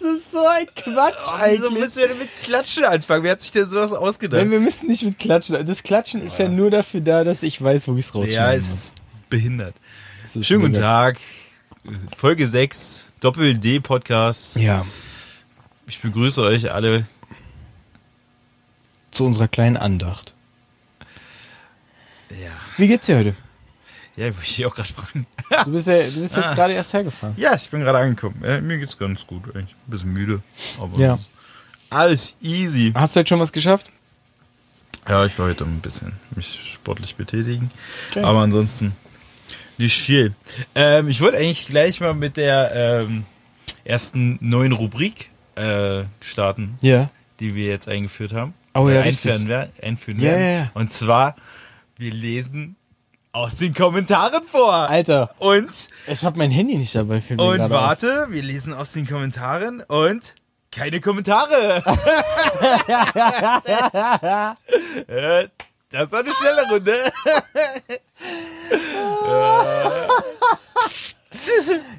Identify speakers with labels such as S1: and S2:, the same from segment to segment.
S1: ein Quatsch
S2: Äh, Wieso
S1: eigentlich?
S2: müssen wir denn mit Klatschen anfangen? Wer hat sich denn sowas ausgedacht?
S1: Nein, wir müssen nicht mit Klatschen. Das Klatschen ist ja nur dafür da, dass ich weiß, wo ich es rausschneide.
S2: ja, es ist behindert. Schönen guten Tag. Folge 6, Doppel-D-Podcast.
S1: Ja,
S2: Ich begrüße euch alle.
S1: zu unserer kleinen Andacht.
S2: Ja,
S1: Wie geht's dir heute?
S2: ja wollte ich auch gerade fragen.
S1: Du bist, ja, du bist jetzt
S2: Ah.
S1: gerade erst hergefahren.
S2: Ja, ich bin gerade angekommen. Äh, mir geht's ganz gut eigentlich. Ein bisschen müde, aber
S1: Ja.
S2: alles easy.
S1: Hast du heute schon was geschafft?
S2: Ja, ich war heute ein bisschen mich sportlich betätigen.
S1: Okay.
S2: Aber ansonsten nicht viel. Ähm, ich wollte eigentlich gleich mal mit der ähm, ersten neuen Rubrik äh, starten,
S1: Ja.
S2: die wir jetzt eingeführt haben.
S1: Oh ja,
S2: Äh,
S1: richtig.
S2: einführen, wer- einführen
S1: Ja,
S2: werden.
S1: ja, ja.
S2: Und zwar, wir lesen aus den Kommentaren vor.
S1: Alter,
S2: Und,
S1: ich habe mein Handy nicht dabei. Für
S2: und warte, wir lesen aus den Kommentaren und keine Kommentare. Äh, das war eine schnelle Runde.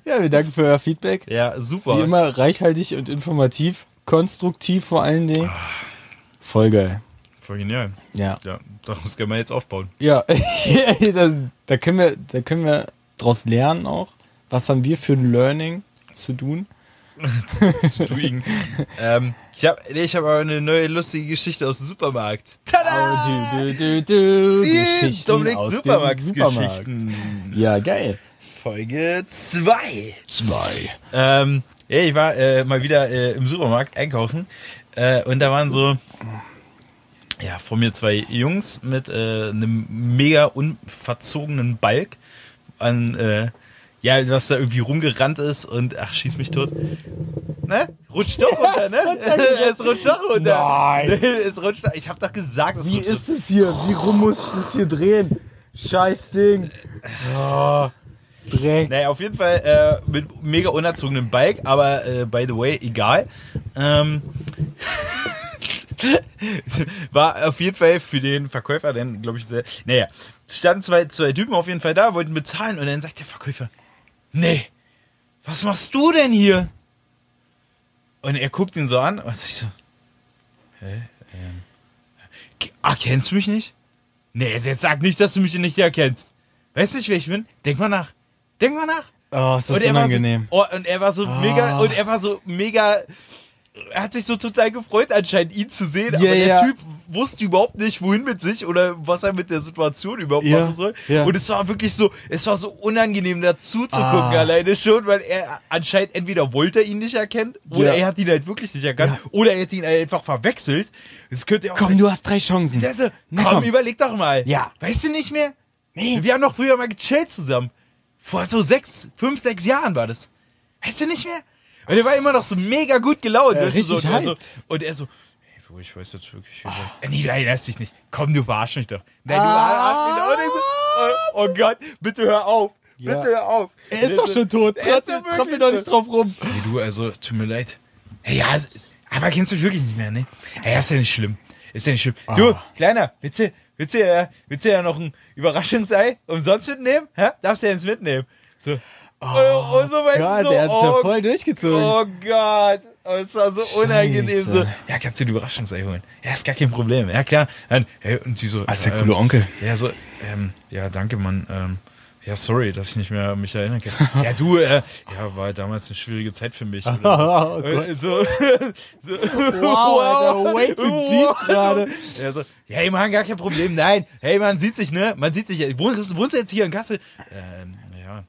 S1: Ja, wir danken für euer Feedback.
S2: Ja, super.
S1: Wie immer reichhaltig und informativ. Konstruktiv vor allen Dingen.
S2: Ah.
S1: Voll geil.
S2: Voll genial.
S1: Ja.
S2: Ja, daraus können wir jetzt aufbauen.
S1: Ja, da, da, können wir, da können wir draus lernen auch. Was haben wir für ein Learning zu tun?
S2: Zu doing. ähm, ich habe nee, ich hab aber eine neue lustige Geschichte aus dem Supermarkt.
S1: Ah!
S2: Tada!
S1: Du, du, du, du,
S2: Die
S1: Geschichten
S2: Dominik
S1: aus dem
S2: Supermarkt-Geschichten.
S1: Ja, geil.
S2: Folge 2.
S1: Zwei.
S2: Ähm, ja, ich war äh, mal wieder äh, im Supermarkt einkaufen äh, und da waren so ja, vor mir zwei Jungs mit äh, einem mega unverzogenen Balk an äh, ja, was da irgendwie rumgerannt ist und ach, schieß mich tot. Ne? Rutscht doch runter, ne? es rutscht doch runter.
S1: Nein.
S2: es rutscht. Ich hab doch gesagt, es
S1: Wie
S2: rutscht.
S1: ist es hier? Wie rum muss ich das hier drehen? Scheiß Ding. Oh, Dreck.
S2: Naja, auf jeden Fall äh, mit mega unerzogenem Bike, aber äh, by the way, egal. Ähm, war auf jeden Fall für den Verkäufer dann, glaube ich, sehr. Naja, standen zwei, zwei Typen auf jeden Fall da, wollten bezahlen und dann sagt der Verkäufer: Nee, was machst du denn hier? Und er guckt ihn so an und ich so: Hä? Ähm, ah, kennst du mich nicht? Nee, jetzt sag nicht, dass du mich nicht erkennst. Weißt du nicht, wer ich bin? Denk mal nach. Denk mal nach.
S1: Oh, ist das
S2: er
S1: unangenehm. Ah.
S2: War so, oh, und er war so mega, und er war so mega. Er hat sich so total gefreut, anscheinend ihn zu sehen, aber
S1: Ja,
S2: der
S1: ja.
S2: Typ wusste überhaupt nicht, wohin mit sich oder was er mit der Situation überhaupt
S1: Ja,
S2: machen soll.
S1: ja.
S2: Und es war wirklich so, es war so unangenehm dazu zu
S1: Ah.
S2: gucken alleine schon, weil er anscheinend entweder wollte er ihn nicht erkennen oder
S1: Ja.
S2: er hat ihn halt wirklich nicht erkannt oder er hätte ihn halt einfach verwechselt. Es könnte ja auch
S1: komm, du hast drei Chancen.
S2: der so,
S1: Na,
S2: komm,
S1: komm.
S2: überleg doch mal.
S1: Ja.
S2: Weißt du nicht mehr? Nee. Wir haben doch früher mal gechillt zusammen. Vor so sechs, fünf, sechs Jahren war das. Weißt du nicht mehr? Und er war immer noch so mega gut gelaunt.
S1: Ja,
S2: weißt du, so, und,
S1: richtig
S2: er so,
S1: hyped. Ah.
S2: und er so, hey, Bro, ich weiß jetzt wirklich. Oh. Nee, du erinnerst dich nicht. Komm, du verarsch mich doch. Nein, du verarsch mich doch. Und er so, oh, oh Gott, bitte hör auf.
S1: Ah. Ja.
S2: Bitte hör auf.
S1: Er ist doch schon tot.
S2: Er ist
S1: Trappel,
S2: doch wirklich
S1: trappel doch nicht
S2: tot.
S1: drauf rum.
S2: Hey, du, also, tut mir leid. Hey, ja, es- es- aber kennst du mich wirklich nicht mehr, ne? Hey, ist ja nicht schlimm. Ist ja nicht schlimm. Du,
S1: Ah.
S2: Kleiner, willst du, willst du, ja, willst du ja noch ein Überraschungsei umsonst mitnehmen? Hä? Darfst du ja eins mitnehmen? So. Oh, und so, weißt
S1: Gott,
S2: du, so,
S1: der hat's ja
S2: oh,
S1: voll durchgezogen.
S2: Oh Gott. Und es war so unangenehm. So.
S1: Scheiße.
S2: Ja, kannst du ein Überraschungsei holen? Ja, ist gar kein Problem. Ja, klar. Dann, hey, und sie so.
S1: Ah, ist der
S2: ja,
S1: coole
S2: ähm,
S1: Onkel.
S2: ja, so, ähm, ja, danke, Mann. Ähm, ja, sorry, dass ich nicht mehr mich erinnern kann. Ja, du, äh, ja, war damals eine schwierige Zeit für mich. Oder
S1: Oh
S2: so. Äh,
S1: Gott.
S2: so, so,
S1: Wow, Alter, way too deep gerade.
S2: Ja, so, hey, Mann, gar kein Problem. Nein, hey, man sieht sich, ne? Man sieht sich. ja. Wohnst, wohnst du jetzt hier in Kassel? Ähm, ja.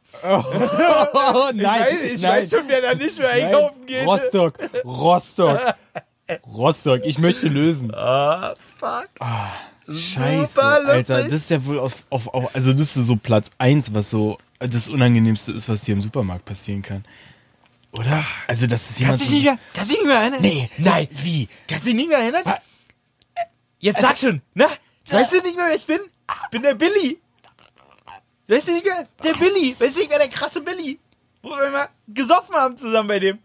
S1: Oh, nein,
S2: ich weiß, ich
S1: nein.
S2: weiß schon, wer da nicht mehr
S1: Nein,
S2: einkaufen geht.
S1: Rostock, Rostock, Rostock, ich möchte lösen.
S2: Ah, fuck.
S1: Scheiße,
S2: Super lustig.
S1: Alter, das ist ja wohl auf, auf, auf, also das ist so Platz 1, was so das Unangenehmste ist, was dir im Supermarkt passieren kann. Oder? Also, das ist jemand
S2: Kannst du dich nicht mehr, kannst du dich nicht mehr erinnern?
S1: Nee,
S2: nein, wie? Kannst du dich nicht mehr erinnern?
S1: Wa-
S2: Äh, Jetzt sag schon, ne? Weißt du nicht mehr, wer ich bin? Ich bin der Billy. Weißt du nicht mehr? Der Billy. Weißt du nicht mehr, der krasse Billy. Wo wir mal gesoffen haben zusammen bei dem.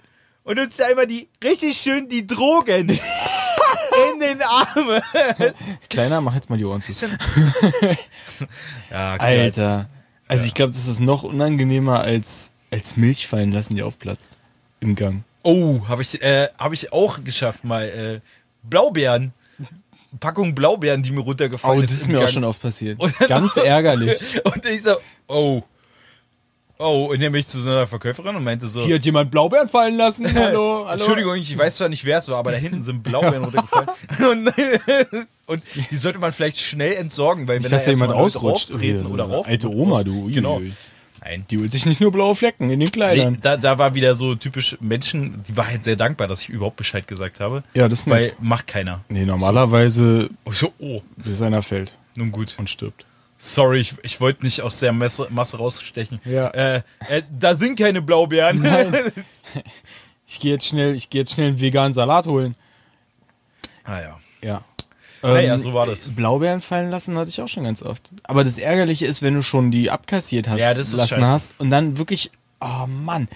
S2: Und uns da immer die, richtig schön die Drogen in den Arme.
S1: Kleiner, mach jetzt mal die Ohren zu.
S2: Ja,
S1: Alter. Also ich glaube, das ist noch unangenehmer als, als Milch fallen lassen, die aufplatzt. Im Gang.
S2: Oh, habe ich, äh, hab ich auch geschafft mal. Äh, Blaubeeren. Packung Blaubeeren, die mir runtergefallen
S1: Oh, das ist
S2: im
S1: mir auch
S2: Gang.
S1: schon oft passiert.
S2: Und-
S1: Ganz ärgerlich.
S2: Und ich so, oh. Oh, und dann bin ich zu so einer Verkäuferin und meinte so,
S1: Hier hat jemand Blaubeeren fallen lassen. Hallo, hallo.
S2: Entschuldigung, ich weiß zwar nicht, wer es war, aber da hinten sind Blaubeeren runtergefallen. Und, und die sollte man vielleicht schnell entsorgen, weil wenn
S1: Nicht, dass da
S2: erst
S1: jemand
S2: mal
S1: ausrutscht.
S2: drauftreten
S1: Hier,
S2: oder
S1: so eine
S2: rauf
S1: Alte Oma, du. Ui,
S2: Genau.
S1: ui.
S2: Nein.
S1: Die holt sich nicht nur blaue Flecken in den Kleidern.
S2: Nee, da, da war wieder so typisch Menschen, die war halt sehr dankbar, dass ich überhaupt Bescheid gesagt habe.
S1: Ja, das ist
S2: Weil
S1: nett.
S2: macht keiner.
S1: Nee, normalerweise,
S2: Und ich so, oh,
S1: bis einer fällt
S2: nun gut.
S1: und stirbt.
S2: Sorry, ich, ich wollte nicht aus der Masse, Masse rausstechen.
S1: Ja.
S2: Äh, äh, da sind keine Blaubeeren.
S1: Ich gehe jetzt schnell, ich gehe jetzt schnell einen veganen Salat holen.
S2: ah ja.
S1: Ja. Ähm,
S2: Naja, so war das.
S1: Blaubeeren fallen lassen hatte ich auch schon ganz oft. Aber das Ärgerliche ist, wenn du schon die abkassiert hast,
S2: Ja, das ist
S1: lassen
S2: scheiße.
S1: hast und dann wirklich, oh Mann.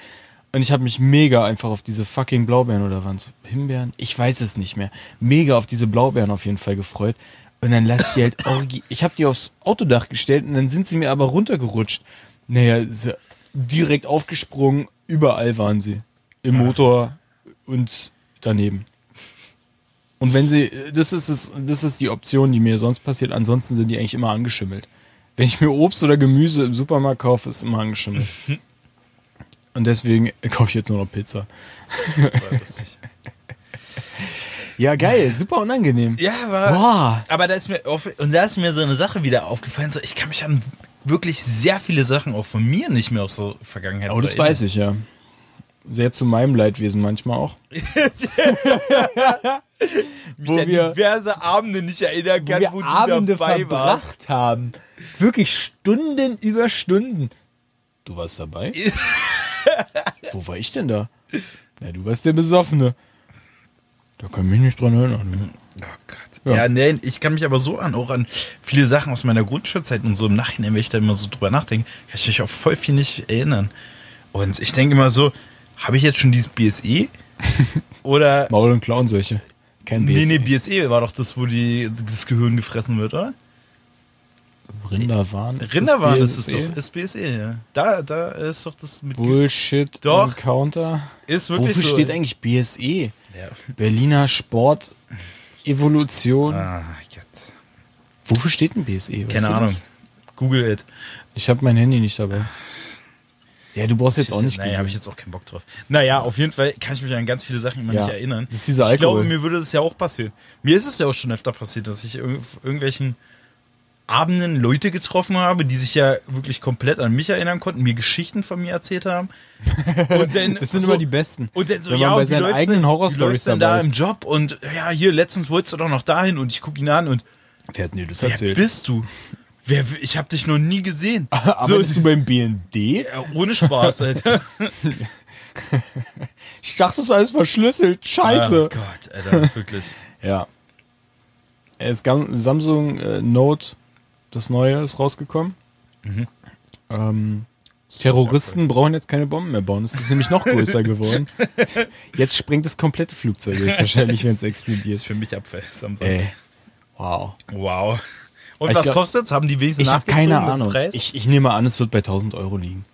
S1: Und ich habe mich mega einfach auf diese fucking Blaubeeren oder waren es Himbeeren? Ich weiß es nicht mehr. Mega auf diese Blaubeeren auf jeden Fall gefreut. Und dann lasse ich die halt orgi. Ich habe die aufs Autodach gestellt und dann sind sie mir aber runtergerutscht. Naja, sie- direkt aufgesprungen. Überall waren sie. Im
S2: Ah.
S1: Motor und daneben. Und wenn sie, das ist, es, das ist die Option, die mir sonst passiert. Ansonsten sind die eigentlich immer angeschimmelt. Wenn ich mir Obst oder Gemüse im Supermarkt kaufe, ist es immer angeschimmelt. Und deswegen kaufe ich jetzt nur noch Pizza.
S2: War lustig.
S1: Ja, geil, super unangenehm.
S2: Ja, war.
S1: Boah.
S2: Aber da ist mir auf, und da ist mir so eine Sache wieder aufgefallen. So, ich kann mich an wirklich sehr viele Sachen auch von mir nicht mehr aus der Vergangenheit
S1: Aber das eh weiß ich ja. Sehr zu meinem Leidwesen manchmal auch.
S2: Wo
S1: wo wir-
S2: diverse Abende nicht erinnern
S1: Wo
S2: kann,
S1: wir
S2: wo, du
S1: Abende
S2: dabei warst.
S1: verbracht haben. Wirklich Stunden über Stunden. Du warst dabei? Wo war ich denn da? Na, du warst der Besoffene. Da kann ich mich nicht dran erinnern.
S2: Oh Gott.
S1: Ja.
S2: Ja, nee, ich kann mich aber so an, auch an viele Sachen aus meiner Grundschulzeit und so im Nachhinein, wenn ich da immer so drüber nachdenke, kann ich mich auf voll viel nicht erinnern. Und ich denke immer so, habe ich jetzt schon dieses BSE? Oder.
S1: Maul und Clown solche. Kein
S2: Nee,
S1: BSE.
S2: nee, BSE war doch das, wo die, das Gehirn gefressen wird, oder?
S1: Rinderwahn. ist das E?
S2: Rinderwahn ist es
S1: BSE?
S2: doch. Ist BSE, ja. Da, da ist doch das mit.
S1: Bullshit
S2: Doch.
S1: Encounter.
S2: Ist wirklich
S1: Wofür
S2: so.
S1: steht eigentlich BSE?
S2: Ja.
S1: Berliner Sport Evolution.
S2: Ah, Gott.
S1: Wofür steht ein BSE? E? Weißt
S2: Keine
S1: du
S2: Ahnung.
S1: das?
S2: Google it.
S1: Ich habe mein Handy nicht dabei. Ja, du brauchst jetzt auch nicht.
S2: Nein,
S1: googeln.
S2: habe ich jetzt auch keinen Bock drauf. Naja, auf jeden Fall kann ich mich an ganz viele Sachen immer
S1: Ja.
S2: nicht erinnern.
S1: Das ist dieser
S2: ich
S1: Alkohol.
S2: glaube, mir würde das ja auch passieren. Mir ist es ja auch schon öfter passiert, dass ich irg- auf irgendwelchen Abenden Leute getroffen habe, die sich ja wirklich komplett an mich erinnern konnten, mir Geschichten von mir erzählt haben. Und dann
S1: Das sind
S2: so-
S1: immer die besten.
S2: Und dann so,
S1: Wenn
S2: ja,
S1: man bei
S2: und wie
S1: seinen
S2: läuft's
S1: eigenen
S2: denn- wie
S1: Horrorstories
S2: läuft's denn
S1: dabei
S2: da
S1: ist?
S2: im Job und ja, hier, letztens wolltest du doch noch dahin und ich gucke ihn an und
S1: Wer hat dir das
S2: wer
S1: erzählt?
S2: bist du? Wer, ich habe dich noch nie gesehen.
S1: Arbeitest
S2: so,
S1: du beim BND?
S2: ja, ohne Spaß, Alter.
S1: Ich dachte, das ist alles verschlüsselt. Scheiße.
S2: Oh Gott, Alter, wirklich.
S1: Ja. Es gab Samsung äh, Note, das neue, ist rausgekommen.
S2: Mhm.
S1: Ähm, Terroristen brauchen jetzt keine Bomben mehr bauen. Es ist nämlich noch größer geworden. Jetzt springt das komplette Flugzeug höchstwahrscheinlich, wenn es
S2: Ist
S1: explodiert.
S2: für mich Abfall, Samsung.
S1: Ey. Wow.
S2: Wow. Und
S1: Ich
S2: was
S1: glaub-
S2: kostet's? Haben die wenigstens
S1: Ich habe
S2: nachgezogen
S1: keine
S2: den
S1: Ahnung.
S2: Preis?
S1: Ich, ich nehme an, es wird bei 1000 Euro liegen.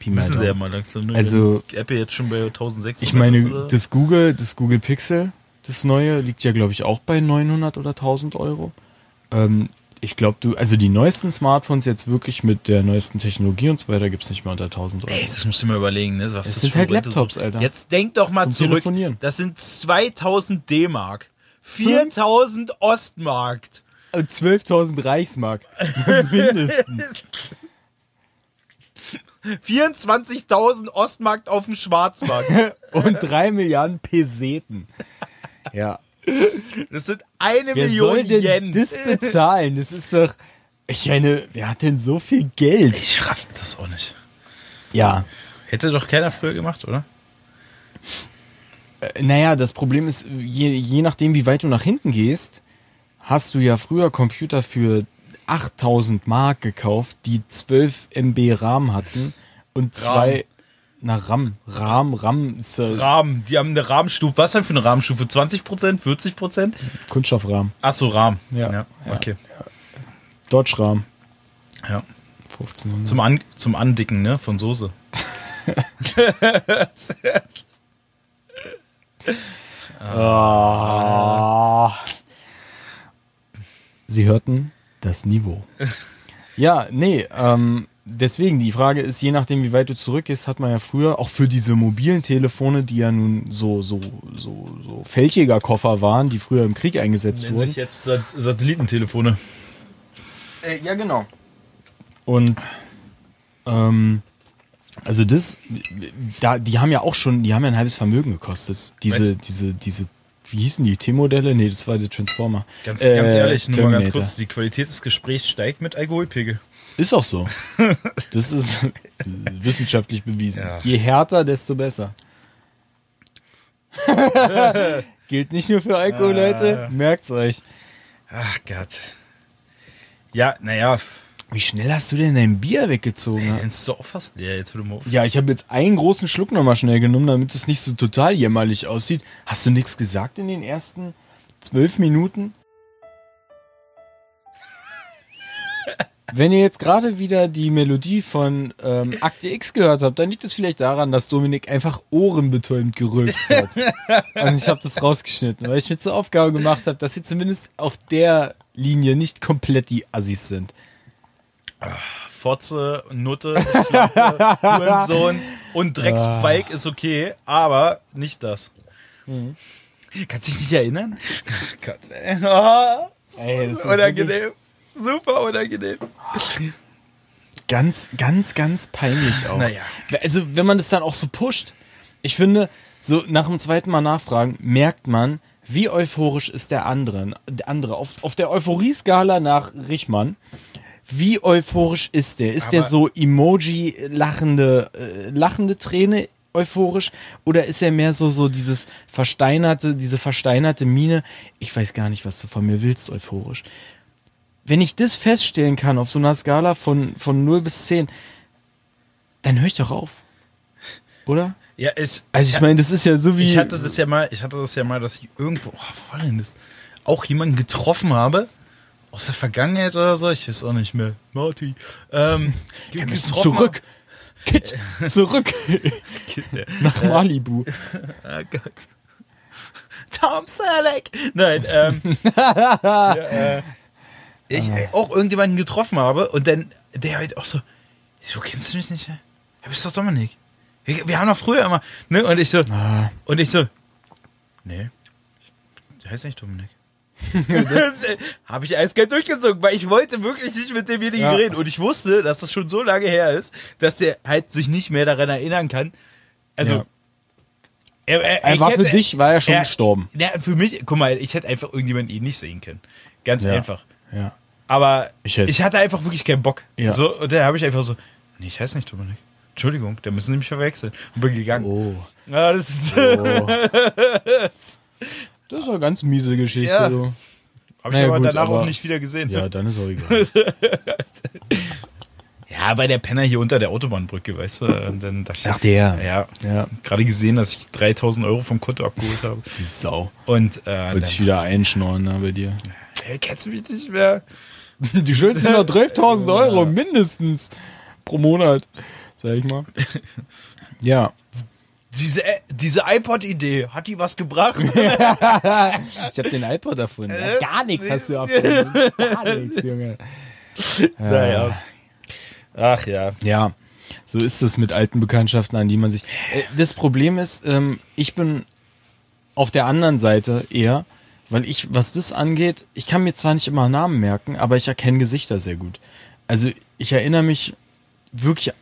S1: Pi mal
S2: Müssen sie
S1: Daumen.
S2: ja mal langsam. Ne?
S1: Also-
S2: Wenn Apple jetzt schon bei 1600
S1: Ich
S2: ist, oder?
S1: meine, das Google, das Google Pixel, das neue, liegt ja, glaube ich, auch bei 900 oder 1000 Euro. Ähm, ich glaube, du, also die neuesten Smartphones jetzt wirklich mit der neuesten Technologie und so weiter gibt es nicht mehr unter 1000 Euro.
S2: Ey, das musst du mal überlegen, ne? Was das
S1: sind
S2: für
S1: halt
S2: Leute
S1: Laptops,
S2: so-
S1: Alter.
S2: Jetzt denk doch mal
S1: Zum
S2: zurück.
S1: Telefonieren.
S2: Das sind 2000 D-Mark. 4000 Ostmark.
S1: 12.000 Reichsmark. Mindestens.
S2: 24.000 Ostmark auf dem Schwarzmarkt.
S1: Und 3 Milliarden Peseten. Ja.
S2: Das sind eine
S1: Wer soll
S2: Million
S1: denn
S2: Yen.
S1: das bezahlen? Das ist doch. Ich meine, wer hat denn so viel Geld?
S2: ich raff das auch nicht.
S1: Ja.
S2: Hätte doch keiner früher gemacht, oder?
S1: Äh, Naja, das Problem ist, je, je nachdem, wie weit du nach hinten gehst, hast du ja früher Computer für 8000 Mark gekauft, die 12 MB RAM hatten und zwei. Na, RAM. RAM, RAM ist äh,
S2: Rahmen, die haben eine Rahmenstufe. Was denn für eine Rahmenstufe? 20 Prozent, 40 Prozent?
S1: Kunststoffrahmen,
S2: Achso, Rahmen.
S1: Ja. Ja.
S2: Okay.
S1: Dodge RAM.
S2: Ja.
S1: 1500.
S2: Zum, An zum Andicken, ne? Von Soße.
S1: Ah. Sie hörten das Niveau. Ja, nee, ähm, deswegen, die Frage ist, je nachdem, wie weit du zurückgehst, hat man ja früher auch für diese mobilen Telefone, die ja nun so, so, so, so Feldjägerkoffer waren, die früher im Krieg eingesetzt
S2: Nennen
S1: wurden.
S2: sich jetzt Sat Satellitentelefone.
S1: Äh, ja, genau. Und ähm, also das, da, die haben ja auch schon, die haben ja ein halbes Vermögen gekostet. Diese, diese, diese, wie hießen die? T-Modelle? Nee, das war der Transformer.
S2: Ganz,
S1: Äh,
S2: ganz ehrlich, nur mal ganz
S1: Terminator.
S2: kurz, die Qualität des Gesprächs steigt mit Alkoholpegel.
S1: Ist auch so. Das ist wissenschaftlich bewiesen.
S2: Ja.
S1: Je härter, desto besser. Gilt nicht nur für Alkohol, Leute. Merkt's euch.
S2: Ach Gott. Ja, naja,
S1: Wie schnell hast du denn dein Bier weggezogen?
S2: ja. ist doch fast leer. Jetzt würde mal auf.
S1: Ja, ich habe jetzt einen großen Schluck nochmal schnell genommen, damit es nicht so total jämmerlich aussieht. Hast du nichts gesagt in den ersten zwölf Minuten? Wenn ihr jetzt gerade wieder die Melodie von ähm, Akte X gehört habt, dann liegt es vielleicht daran, dass Dominik einfach ohrenbetäubend gerülpst hat. Und ich habe das rausgeschnitten, weil ich mir zur Aufgabe gemacht habe, dass ihr zumindest auf der Linie nicht komplett die Assis sind.
S2: Fotze, Nutte, Schlampe, Hurensohn und Drecksbike
S1: Ah.
S2: ist okay, aber nicht das.
S1: Mhm.
S2: Kannst dich nicht erinnern? Ach Gott, ey. Ah,
S1: Ey, das ist
S2: unangenehm. Super unangenehm.
S1: ganz, ganz, ganz peinlich auch.
S2: Naja.
S1: Also, wenn man das dann auch so pusht, ich finde, so nach dem zweiten Mal nachfragen, merkt man, wie euphorisch ist der andere. Der andere. Auf, auf der Euphorie-Skala nach Richmann, wie euphorisch ist der? Ist der
S2: Aber-
S1: so Emoji-lachende, äh, lachende Träne euphorisch? Oder ist er mehr so, so dieses versteinerte, diese versteinerte Miene? Ich weiß gar nicht, was du von mir willst, euphorisch wenn ich das feststellen kann auf so einer Skala von, von 0 bis 10, dann höre ich doch auf. Oder?
S2: Ja, ich,
S1: Also ich meine, das ist ja so wie.
S2: ich hatte das ja mal, ich hatte das ja mal, dass ich irgendwo, oh, wo war denn das? Auch jemanden getroffen habe aus der Vergangenheit oder so, ich weiß auch nicht mehr. Marty. Ähm,
S1: Wir müssen
S2: getroffen
S1: zurück. Kit, zurück
S2: habe-
S1: nach Malibu.
S2: Oh Gott. Tom Selleck! Nein, ähm. ja, äh, ich
S1: Ah.
S2: äh, auch irgendjemanden getroffen habe und dann der halt auch so, so kennst du mich nicht? Ja, Ja, bist doch Dominik. Wir, wir haben doch früher immer, ne? Und ich so,
S1: Ah,
S2: und ich so, nee, der heißt nicht Dominik. das habe ich eiskalt durchgezogen, weil ich wollte wirklich nicht mit demjenigen
S1: Ja.
S2: reden. Und ich wusste, dass das schon so lange her ist, dass der halt sich nicht mehr daran erinnern kann. Also,
S1: Ja.
S2: er, er,
S1: er
S2: ich
S1: war für
S2: hätte-
S1: dich, war er schon
S2: ja.
S1: gestorben.
S2: na, für mich, guck mal, ich hätte einfach irgendjemanden eh nicht sehen können. Ganz
S1: Ja.
S2: einfach.
S1: Ja.
S2: Aber
S1: Ich
S2: ich,
S1: weiß.
S2: hatte einfach wirklich keinen Bock.
S1: Ja.
S2: So, und da habe ich einfach so, nee, ich heiße nicht Dominik. Entschuldigung, da müssen sie mich verwechseln. Und bin gegangen.
S1: Oh.
S2: Ja, das ist,
S1: oh. Das ist eine ganz miese Geschichte.
S2: Ja.
S1: So.
S2: habe ich
S1: Naja,
S2: aber
S1: gut,
S2: danach
S1: aber-
S2: auch nicht wieder gesehen.
S1: Ja, dann ist auch egal.
S2: Ja, bei der Penner hier unter der Autobahnbrücke, weißt du. Und dann dachte ich,
S1: Ach, der.
S2: Ja,
S1: Ja,
S2: gerade gesehen, dass ich 3000 Euro vom Konto abgeholt habe.
S1: die Sau.
S2: Und, äh,
S1: Wird sich wieder einschnorren da bei dir.
S2: dann, hey, kennst du mich nicht mehr?
S1: Die schönsten 112.000 Euro mindestens pro Monat, sag ich mal. Ja.
S2: Diese, äh, diese iPod-Idee, hat die was gebracht?
S1: Ich habe den iPod erfunden. Äh, Ja, gar nichts hast du erfunden. Gar nichts, Junge. Äh,
S2: naja. Ach ja.
S1: Ja, so ist es mit alten Bekanntschaften, an die man sich. Äh, Das Problem ist, ähm, ich bin auf der anderen Seite eher, weil ich, was das angeht, ich kann mir zwar nicht immer Namen merken, aber ich erkenne Gesichter sehr gut. Also ich erinnere mich wirklich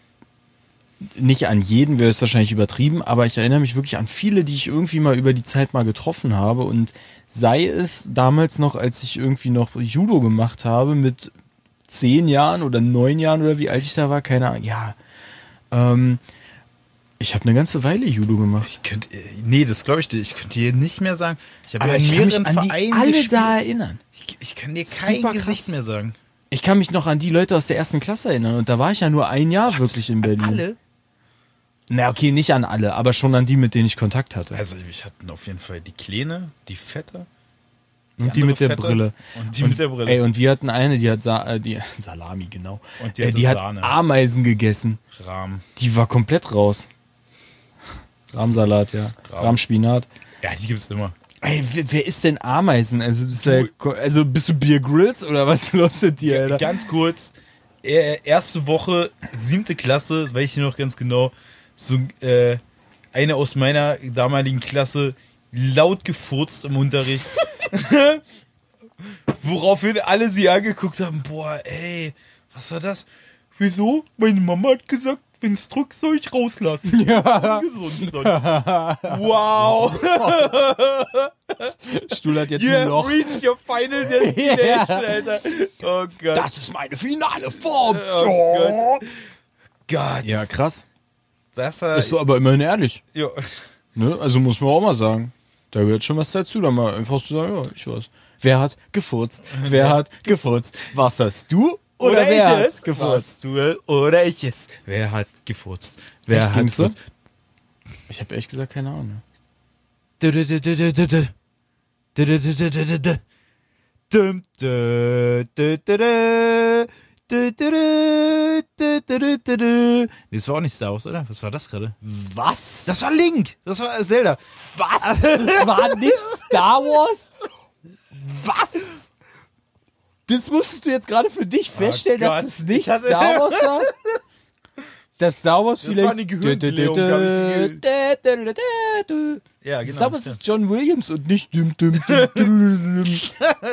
S1: nicht an jeden, wäre es wahrscheinlich übertrieben, aber ich erinnere mich wirklich an viele, die ich irgendwie mal über die Zeit mal getroffen habe und sei es damals noch, als ich irgendwie noch Judo gemacht habe mit zehn Jahren oder neun Jahren oder wie alt ich da war, keine Ahnung. Ja, ähm, ich habe eine ganze Weile Judo gemacht.
S2: Ich könnte, äh, nee, das glaube ich dir. Ich könnte dir nicht mehr sagen. Ich habe ja in
S1: ich kann mich
S2: mehreren
S1: an die
S2: Vereinen
S1: alle
S2: gespielt.
S1: da erinnern.
S2: Ich, ich kann dir
S1: Super
S2: kein
S1: krass.
S2: Gesicht mehr sagen.
S1: Ich kann mich noch an die Leute aus der ersten Klasse erinnern und da war ich ja nur ein Jahr wirklich in Berlin.
S2: Alle?
S1: Na okay, nicht an alle, aber schon an die, mit denen ich Kontakt hatte.
S2: Also ich hatte auf jeden Fall die Kleine, die Fette.
S1: und die
S2: andere
S1: mit der
S2: Fette
S1: Brille.
S2: und die mit der Brille.
S1: Ey, und wir hatten eine, die hat Sa äh, die, Salami, genau.
S2: Und die
S1: äh,
S2: hatte
S1: die hat
S2: Sahne.
S1: Ameisen gegessen.
S2: Rahm.
S1: Die war komplett raus. Rahmsalat, ja.
S2: Rahm.
S1: Rahmspinat.
S2: Ja, die gibt's immer.
S1: Ey, wer, wer isst denn Ameisen? Also, bist du, ja- also bist du Beer Grills oder was ist los mit dir, Alter?
S2: Ganz kurz, äh, erste Woche, siebte Klasse, das weiß ich noch ganz genau, so äh, eine aus meiner damaligen Klasse laut gefurzt im Unterricht. Woraufhin alle sie angeguckt haben, boah, ey, was war das? Wieso? Meine Mama hat gesagt, wenn's drückt, soll ich rauslassen.
S1: Ja,
S2: Ungesund soll ich. Wow,
S1: Stuhl hat jetzt
S2: you
S1: ein
S2: have
S1: Loch.
S2: reached your final destination,
S1: Ja.
S2: Alter. Oh Gott.
S1: Das ist meine finale Form.
S2: Oh Gott.
S1: Ja, krass.
S2: Das war.
S1: Bist du aber immerhin ehrlich.
S2: ja.
S1: Ne? Also muss man auch mal sagen. Da gehört schon was dazu, da mal einfach zu sagen, ja, ich weiß. Wer hat gefurzt? Wer hat gefurzt? Warst das du oder, wer hat
S2: Warst
S1: gefurzt?
S2: Du, oder ich es. Wer hat gefurzt? Wer
S1: Echt,
S2: hat
S1: ging's so?
S2: gefurzt?
S1: Ich habe ehrlich gesagt keine Ahnung.
S2: Du, du, du, du, du, du, du. Du, du, du, du, du, du, du. Dum, du, du, du, du. Du, du, du, du, du, du, du, du. Nee, das war auch nicht Star Wars, oder? Was war das gerade?
S1: Was?
S2: Das war Link! Das war Zelda.
S1: Was? Das war nicht Star Wars? Was? Das musstest du jetzt gerade für dich feststellen,
S2: Oh Gott.
S1: dass es nicht
S2: Ich hatte-
S1: Star Wars war? Dass Star Wars
S2: Das
S1: vielleicht.
S2: war eine Gehirnblähung, hab ich Ja, genau,
S1: Star Wars
S2: stimmt.
S1: ist John Williams und nicht. Düm, düm, düm, düm, düm.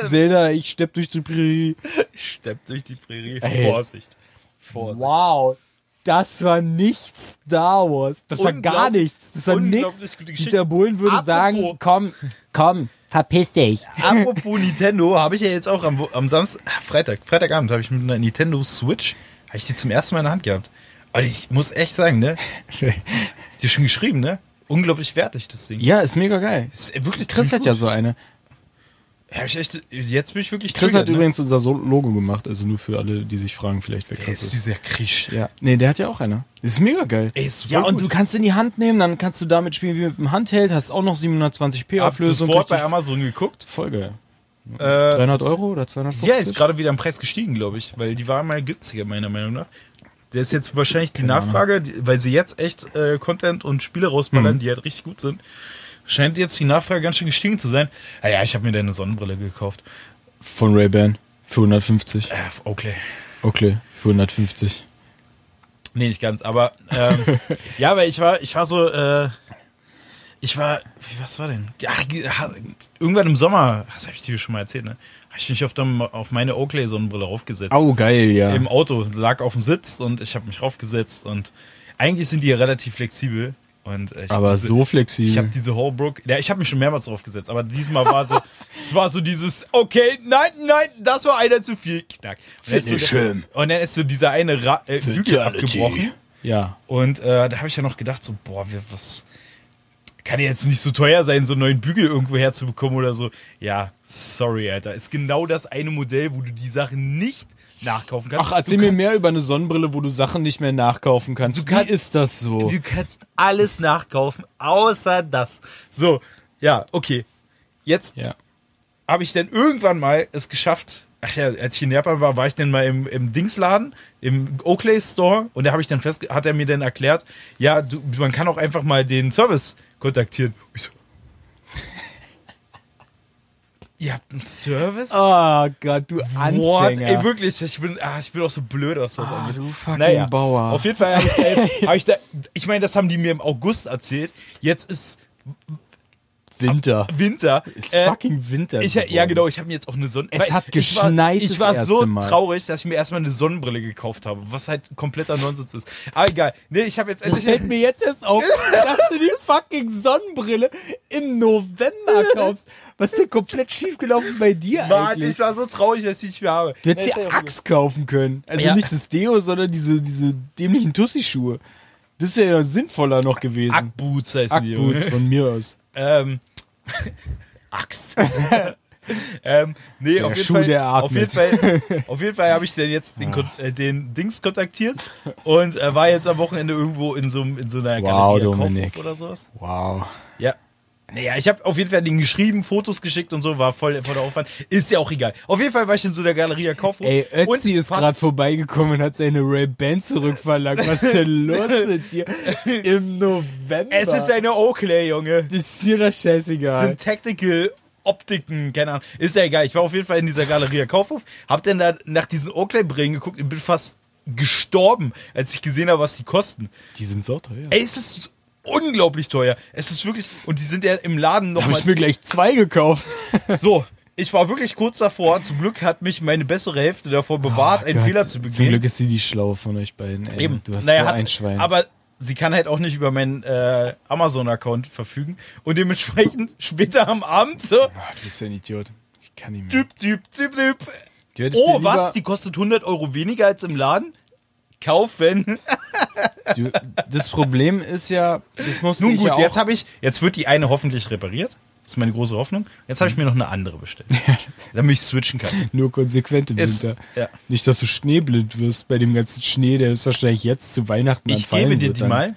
S1: Zelda, ich stepp durch die Prärie.
S2: Stepp durch die Prärie.
S1: Ey.
S2: Vorsicht. Vorsicht.
S1: Wow. Das war nicht Star Wars. Das war gar
S2: Unglaub-
S1: nichts. Das war
S2: unglaublich
S1: nichts.
S2: gute Geschichte.
S1: Dieter Bohlen würde
S2: Apropos-
S1: sagen, komm, komm, verpiss dich.
S2: Apropos Nintendo, habe ich ja jetzt auch am, Wo- am Samstag, ah, Freitag, Freitagabend habe ich mit einer Nintendo Switch, habe ich die zum ersten Mal in der Hand gehabt. Aber die- ich muss echt sagen, ne? Die ist schon geschrieben, ne? Unglaublich wertig, das Ding.
S1: Ja, ist mega geil.
S2: Ist äh, wirklich
S1: Chris hat
S2: ziemlich
S1: ja
S2: gut.
S1: so eine.
S2: Hab ich echt, jetzt bin ich wirklich
S1: Chris hat
S2: triggert, ne?
S1: übrigens unser So- Logo gemacht, also nur für alle, die sich fragen, vielleicht wer
S2: Ey,
S1: Chris
S2: ist
S1: ist.
S2: dieser Krisch.
S1: Ja, nee, der hat ja auch eine. Ist mega geil.
S2: Ey, ist voll
S1: ja, und
S2: gut.
S1: du kannst in die Hand nehmen, dann kannst du damit spielen wie mit dem Handheld, hast auch noch 720p
S2: Hab
S1: Auflösung.
S2: sofort bei
S1: richtig-
S2: Amazon geguckt.
S1: Voll geil.
S2: Äh,
S1: 300 Euro oder 250?
S2: Ja, ist gerade wieder im Preis gestiegen, glaube ich, weil die war mal günstiger, meiner Meinung nach. Der ist jetzt wahrscheinlich die Nachfrage, die, weil sie jetzt echt äh, Content und Spiele rausballern, die halt richtig gut sind. Scheint jetzt die Nachfrage ganz schön gestiegen zu sein. Ah ja, ich habe mir deine Sonnenbrille gekauft.
S1: Von Ray-Ban. Für 150.
S2: Äh, okay.
S1: Okay, für 150.
S2: Nee, nicht ganz, aber ähm, ja, weil ich war, ich war so, äh, ich war, wie, was war denn? Ach, ge- ha- irgendwann im Sommer, das habe ich dir schon mal erzählt, ne? Habe ich mich auf, dem, auf meine Oakley-Sonnenbrille aufgesetzt.
S1: Au, geil, ja.
S2: im Auto, lag auf dem Sitz und ich habe mich raufgesetzt und eigentlich sind die ja relativ flexibel und äh, ich hab
S1: Aber
S2: diese,
S1: so
S2: ich habe
S1: flexibel.
S2: diese Holbrook, ja, ich habe mich schon mehrmals draufgesetzt, aber diesmal war so, es war so dieses, okay, nein, nein, das war einer zu viel, knack. Und dann ist so
S1: Finish
S2: der-
S1: him.
S2: Und dann ist so dieser eine Ra äh, Hügel
S1: Fatality.
S2: abgebrochen
S1: Ja.
S2: und äh, da habe ich ja noch gedacht, so, boah, wir, was. Kann ja jetzt nicht so teuer sein, so einen neuen Bügel irgendwo herzubekommen oder so. Ja, sorry, Alter. Ist genau das eine Modell, wo du die Sachen nicht nachkaufen kannst.
S1: Ach, erzähl
S2: du
S1: mir
S2: kannst,
S1: mehr über eine Sonnenbrille, wo du Sachen nicht mehr nachkaufen kannst.
S2: Du kannst-
S1: Wie ist das so?
S2: Du kannst alles nachkaufen, außer das. So, ja, okay. Jetzt
S1: Ja.
S2: habe ich dann irgendwann mal es geschafft. Ach ja, als ich in Japan war, war ich dann mal im, im Dingsladen, im Oakley Store und da habe ich dann fest, hat er mir dann erklärt, ja, du, man kann auch einfach mal den Service kontaktieren. Ich so, Ihr habt einen Service? Ah,
S1: Oh Gott, du Anfänger.
S2: Ey, wirklich, ich bin, ah, ich bin auch so blöd, was das
S1: Ah,
S2: angeht.
S1: du fucking
S2: Naja,
S1: Bauer.
S2: Auf jeden Fall habe ich da jetzt, hab ich, da, ich meine, das haben die mir im August erzählt. Jetzt ist
S1: Winter.
S2: Winter.
S1: Ist
S2: Äh,
S1: fucking Winter.
S2: ich, ja,
S1: geworden.
S2: genau, ich habe mir jetzt auch eine Sonnenbrille.
S1: Es hat geschneit
S2: Ich
S1: das
S2: war, ich war
S1: erste
S2: so
S1: Mal.
S2: traurig, dass ich mir erstmal eine Sonnenbrille gekauft habe, was halt kompletter Nonsens ist. Aber egal. Nee, ich habe jetzt
S1: Das
S2: endlich.
S1: fällt mir jetzt erst auf, dass du die fucking Sonnenbrille im November kaufst. Was ist denn komplett schiefgelaufen bei dir
S2: Mann,
S1: eigentlich?
S2: ich war so traurig, dass ich die nicht mehr habe.
S1: Du hättest
S2: Nee,
S1: dir
S2: ist ja auch
S1: Axt kaufen können. Also
S2: Ja.
S1: nicht das Deo, sondern diese, diese dämlichen Tussi-Schuhe. Das wäre ja sinnvoller noch
S2: egal.
S1: gewesen.
S2: Ackboots heißen die.
S1: Ackboots
S2: Junge.
S1: von mir aus.
S2: Ähm, Axt. ähm, nee,
S1: Der
S2: auf, jeden
S1: Schuh,
S2: Fall,
S1: der
S2: auf jeden
S1: atmet. Ah.
S2: Fall. Auf jeden Fall habe ich dann jetzt den, Kon- äh, den Dings kontaktiert und äh, war jetzt am Wochenende irgendwo in so, einem- in so einer
S1: Wow,
S2: Galerie
S1: Dominik.
S2: Kaufhof oder sowas.
S1: Wow.
S2: Ja. Naja, ich habe auf jeden Fall den geschrieben, Fotos geschickt und so, war voll, voll der Aufwand. Ist ja auch egal. Auf jeden Fall war ich in so der Galeria Kaufhof.
S1: Ey,
S2: und
S1: Ötzi ist
S2: passt-
S1: gerade vorbeigekommen und hat seine Ray-Ban zurückverlangt. Was ist denn los mit dir? Im November.
S2: Es ist eine Oakley, Junge.
S1: Das ist dir doch
S2: Das
S1: scheißegal.
S2: sind Tactical Optiken, keine Ahnung. Ist ja egal. Ich war auf jeden Fall in dieser Galeria Kaufhof, hab dann da nach diesen Oakley-Brillen geguckt und bin fast gestorben, als ich gesehen habe, was die kosten.
S1: die sind so teuer.
S2: Ey, es ist unglaublich teuer. Es ist wirklich. Und die sind ja im Laden
S1: Da habe
S2: nochmal
S1: ich mir gleich zwei gekauft.
S2: So, ich war wirklich kurz davor. Zum Glück hat mich meine bessere Hälfte davor bewahrt, einen
S1: Oh, Gott,
S2: Fehler zu
S1: Zum
S2: begehen.
S1: Glück ist sie die schlau von euch beiden. Ey.
S2: Eben.
S1: Du hast
S2: Naja,
S1: so
S2: hat-
S1: ein Schwein.
S2: Aber sie kann halt auch nicht über meinen äh, Amazon-Account verfügen. Und dementsprechend später am Abend so.
S1: Ach, Ah, du bist ja ein Idiot. Ich kann nicht mehr.
S2: Düb, düb, düb, düb.
S1: Du hättest
S2: Oh,
S1: dir
S2: was? Die kostet 100 Euro weniger als im Laden? Kaufen.
S1: lieber- Du, das Problem ist ja, das musste
S2: Nun
S1: ich
S2: gut,
S1: ja auch
S2: jetzt habe ich, jetzt wird die eine hoffentlich repariert. Das ist meine große Hoffnung. Jetzt
S1: Mhm.
S2: habe ich mir noch eine andere bestellt, damit ich switchen kann.
S1: nur konsequent im
S2: Ist-
S1: Winter.
S2: ja.
S1: Nicht, dass du schneeblind wirst bei dem ganzen Schnee, der ist wahrscheinlich jetzt zu Weihnachten
S2: Ich
S1: anfallen
S2: gebe dir
S1: wird
S2: die
S1: dann.
S2: mal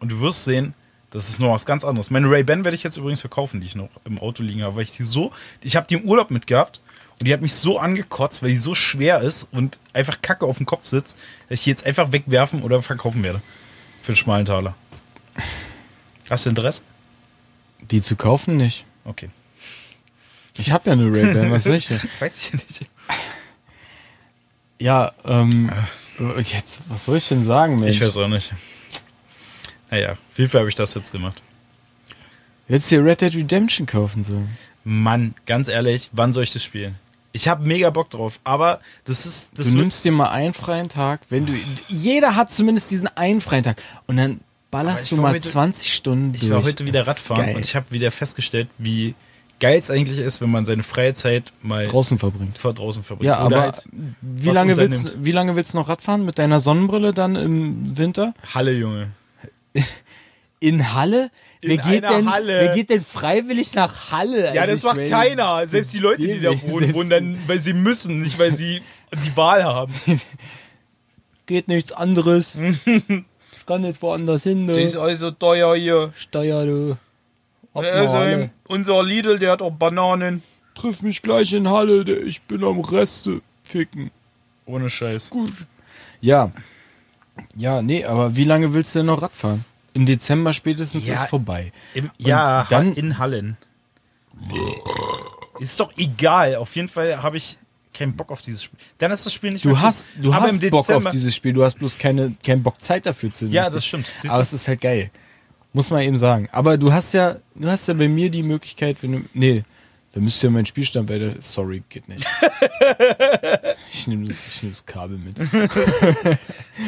S2: und du wirst sehen, das ist noch was ganz anderes. Meine Ray-Ban werde ich jetzt übrigens verkaufen, die ich noch im Auto liegen habe, weil ich die so, ich habe die im Urlaub mitgehabt und die hat mich so angekotzt, weil die so schwer ist und einfach Kacke auf dem Kopf sitzt, dass ich die jetzt einfach wegwerfen oder verkaufen werde. Für einen schmalen Taler. Hast du Interesse?
S1: Die zu kaufen nicht.
S2: Okay.
S1: Ich habe ja eine Ray-Ban, was soll ich denn?
S2: Weiß ich nicht.
S1: Ja, ähm, und jetzt, was soll ich denn sagen, Mensch?
S2: Ah. Ich weiß auch nicht. Naja, auf jeden Fall habe ich das jetzt gemacht.
S1: Hättest du dir Red Dead Redemption kaufen sollen.
S2: Mann, ganz ehrlich, wann soll ich das spielen? Ich habe mega Bock drauf, aber das ist. Das
S1: du
S2: wird-
S1: nimmst dir mal einen freien Tag, wenn du. Jeder hat zumindest diesen einen freien Tag. Und
S2: Aber
S1: dann
S2: ich
S1: ballerst du
S2: war
S1: mal
S2: heute-
S1: 20 Stunden durch.
S2: Ich war heute wieder
S1: Das ist
S2: Radfahren
S1: geil.
S2: und ich habe wieder festgestellt, wie geil es eigentlich ist, wenn man seine freie Zeit mal
S1: draußen verbringt.
S2: vor draußen verbringt.
S1: Ja,
S2: Oder
S1: aber
S2: halt
S1: wie,
S2: was
S1: lange willst,
S2: unternimmt.
S1: wie lange willst du noch Radfahren mit deiner Sonnenbrille dann im Winter?
S2: Halle, Junge.
S1: In Halle? wer,
S2: In
S1: geht
S2: einer
S1: denn,
S2: Halle.
S1: wer geht denn freiwillig nach Halle?
S2: Ja,
S1: Also
S2: das
S1: ich
S2: macht
S1: meine,
S2: keiner. Selbst die Leute, die da
S1: Selbst-
S2: wohnen, wohnen dann, weil sie müssen, nicht weil sie die Wahl haben.
S1: Geht nichts anderes. ich kann nicht woanders hin, du.
S2: alles so teuer hier.
S1: Steier, du. Ab nach
S2: Also,
S1: Halle.
S2: unser Lidl, der hat auch Bananen.
S1: Triff mich gleich in Halle, der- ich bin am Reste ficken.
S2: Ohne Scheiß.
S1: Gut. Ja. Ja, nee, aber wie lange willst du denn noch Radfahren? Im Dezember spätestens
S2: Ja.
S1: ist vorbei.
S2: Im, ja,
S1: dann-
S2: dann in Hallen. Ist doch egal. Auf jeden Fall habe ich keinen Bock auf dieses Spiel. Dann ist das Spiel nicht
S1: Du
S2: mehr cool.
S1: hast, du
S2: Aber
S1: hast
S2: im
S1: Bock auf
S2: Dezember-
S1: dieses Spiel, du hast bloß keine, keinen Bock Zeit dafür zu
S2: Ja,
S1: investieren.
S2: das stimmt. Siehst
S1: Aber
S2: du?
S1: es ist halt geil. Muss man eben sagen. Aber du hast ja, du hast ja bei mir die Möglichkeit, wenn du. Nee, da müsste ja mein Spielstand weiter. Sorry, geht nicht. ich nehme das, ich nehm das Kabel mit.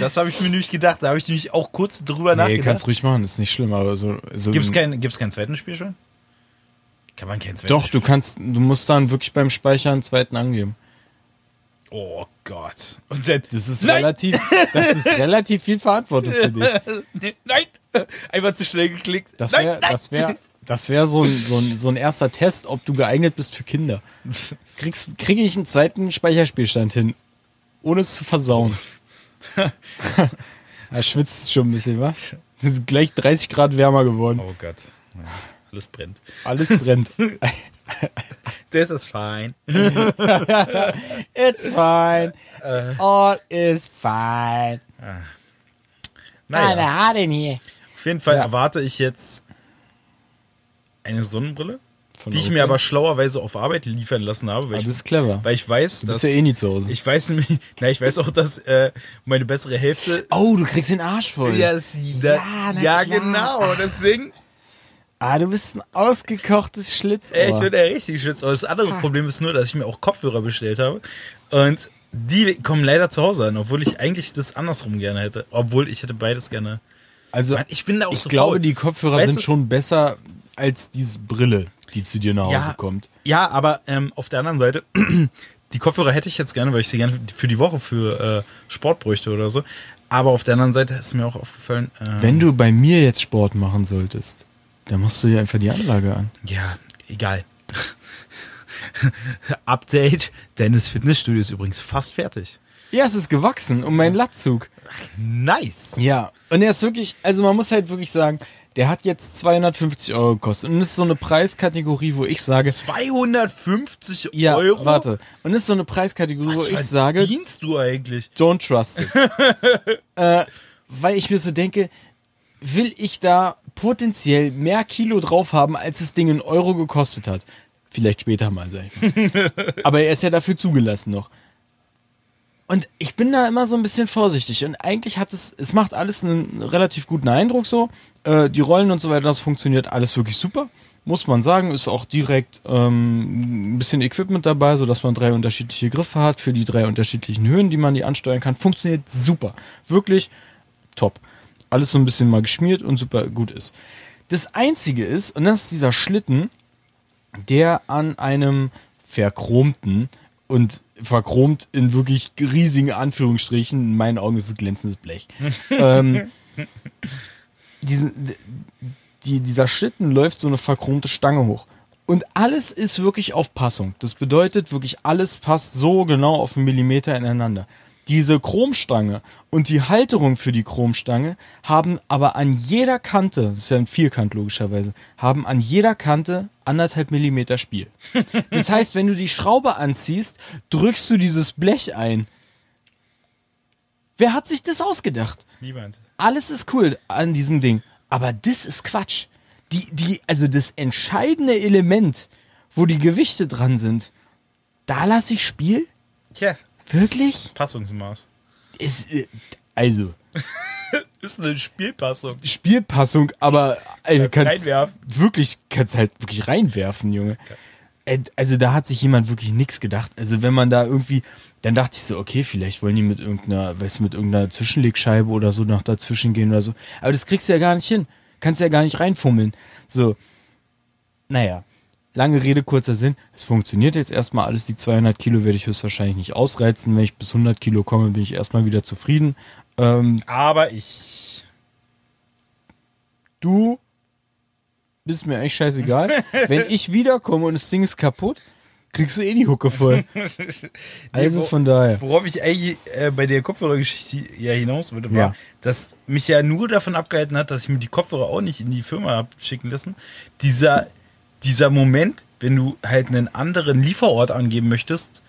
S2: Das habe ich mir nämlich gedacht. Da habe ich nämlich auch kurz drüber
S1: Nee, kannst
S2: nachgedacht.
S1: ruhig machen, ist nicht schlimm, aber so. so
S2: Gibt es keinen, gibt's keinen zweiten Spiel schon? Kann man keinen zweiten
S1: Doch,
S2: Spiel?
S1: du kannst, du musst dann wirklich beim Speichern einen zweiten angeben.
S2: Oh Gott. Und dann,
S1: Das ist
S2: nein,
S1: relativ, das ist relativ viel Verantwortung für dich.
S2: Nee, nein. Einfach zu schnell geklickt.
S1: Das
S2: nein,
S1: wäre,
S2: nein.
S1: das wäre, das wäre so, ein- so, ein- so ein erster Test, ob du geeignet bist für Kinder. Kriegst, kriege ich einen zweiten Speicherspielstand hin, ohne es zu versauen. Er schwitzt schon ein bisschen, was? Das ist gleich 30 Grad wärmer geworden.
S2: Oh Gott. Ja, alles brennt.
S1: Alles brennt.
S2: Das ist fein.
S1: It's fine.
S2: Äh.
S1: All is fine.
S2: Naja,
S3: Haare in hier.
S2: auf jeden Fall
S1: Ja.
S2: erwarte ich jetzt eine Sonnenbrille,
S1: Von
S2: die ich
S1: Oakley.
S2: mir aber schlauerweise auf Arbeit liefern lassen habe, weil
S1: Ah,
S2: ich,
S1: das ist clever.
S2: weil ich weiß,
S1: Du
S2: dass
S1: bist ja eh nie zu Hause.
S2: ich weiß nämlich, na, ich weiß auch, dass äh, meine bessere Hälfte
S1: oh, du kriegst den Arsch voll.
S2: Ja, das,
S1: Ja,
S2: ja,
S1: na
S2: ja
S1: klar.
S2: genau. Deswegen,
S1: Ah, du bist ein ausgekochtes Schlitz.
S2: ey, ich bin der richtig schwitz. Aber das andere Problem ist nur, dass ich mir auch Kopfhörer bestellt habe. Und die kommen leider zu Hause an, obwohl ich eigentlich das andersrum gerne hätte. Obwohl ich hätte beides gerne.
S1: also,
S2: Mann, ich bin da auch
S1: Ich
S2: so
S1: glaube,
S2: faul.
S1: die Kopfhörer
S2: Weißt
S1: sind
S2: du-
S1: schon besser als diese Brille, die zu dir nach Hause
S2: Ja.
S1: kommt.
S2: Ja, aber ähm, auf der anderen Seite, die Kopfhörer hätte ich jetzt gerne, weil ich sie gerne für die Woche für äh, Sport bräuchte oder so. Aber auf der anderen Seite ist mir auch aufgefallen, ähm,
S1: Wenn du bei mir jetzt Sport machen solltest, dann machst du dir einfach die Anlage an.
S2: Ja, egal. Update, Dennis Fitnessstudio ist übrigens fast fertig.
S1: Ja, es ist gewachsen um meinen Latzug.
S2: Nice.
S1: Ja, und er ist wirklich, also man muss halt wirklich sagen, Der hat jetzt 250 Euro gekostet. Und das ist so eine Preiskategorie, wo ich sage,
S2: 250
S1: ja,
S2: Euro?
S1: warte. Und das ist so eine Preiskategorie, wo
S2: Was
S1: ich sage,
S2: verdienst du eigentlich?
S1: don't trust it. äh, weil ich mir so denke, will ich da potenziell mehr Kilo drauf haben, als das Ding in Euro gekostet hat? Vielleicht später mal, sag ich mal. Aber er ist ja dafür zugelassen noch. Und ich bin da immer so ein bisschen vorsichtig. Und eigentlich hat es, es macht alles einen relativ guten Eindruck so. Äh, die Rollen und so weiter, das funktioniert alles wirklich super. Muss man sagen, ist auch direkt ähm, ein bisschen Equipment dabei, sodass man drei unterschiedliche Griffe hat für die drei unterschiedlichen Höhen, die man die ansteuern kann. Funktioniert super. Wirklich top. Alles so ein bisschen mal geschmiert und super gut ist. Das einzige ist, und das ist dieser Schlitten, der an einem verchromten und verchromt in wirklich riesigen Anführungsstrichen, in meinen Augen ist es glänzendes Blech. ähm, diesen, d- die, dieser Schlitten läuft so eine verchromte Stange hoch. Und alles ist wirklich auf Passung. Das bedeutet wirklich, alles passt so genau auf einen Millimeter ineinander. Diese Chromstange und die Halterung für die Chromstange haben aber an jeder Kante, das ist ja ein Vierkant logischerweise, haben an jeder Kante anderthalb Millimeter Spiel. Das heißt, wenn du die Schraube anziehst, drückst du dieses Blech ein. Wer hat sich das ausgedacht?
S2: Niemand.
S1: alles ist cool an diesem Ding, aber das ist Quatsch. Die, die, also das entscheidende Element, wo die Gewichte dran sind, da lasse ich Spiel?
S2: Tja.
S1: Wirklich?
S2: Passungsmaß.
S1: Ist, äh, also,
S2: Ist eine Spielpassung.
S1: Spielpassung, aber also, kannst
S2: reinwerfen.
S1: wirklich kannst halt wirklich reinwerfen, Junge. Äh, Also da hat sich jemand wirklich nichts gedacht. Also wenn man da irgendwie, dann dachte ich so, okay, vielleicht wollen die mit irgendeiner, weißt du, mit irgendeiner Zwischenlegscheibe oder so nach dazwischen gehen oder so. Aber das kriegst du ja gar nicht hin. Kannst ja gar nicht reinfummeln. So, naja. Lange Rede, kurzer Sinn. Es funktioniert jetzt erstmal alles. Die 200 Kilo werde ich höchstwahrscheinlich nicht ausreizen. Wenn ich bis 100 Kilo komme, bin ich erstmal wieder zufrieden. Ähm,
S2: Aber ich.
S1: du bist mir eigentlich scheißegal. Wenn ich wiederkomme und das Ding ist kaputt, kriegst du eh die Hucke voll. Also
S2: wo-
S1: von daher.
S2: Worauf ich eigentlich äh, bei der Kopfhörergeschichte ja hinaus würde, war,
S1: Ja.
S2: dass mich ja nur davon abgehalten hat, dass ich mir die Kopfhörer auch nicht in die Firma hab schicken lassen. Dieser, dieser Moment, wenn du halt einen anderen Lieferort angeben möchtest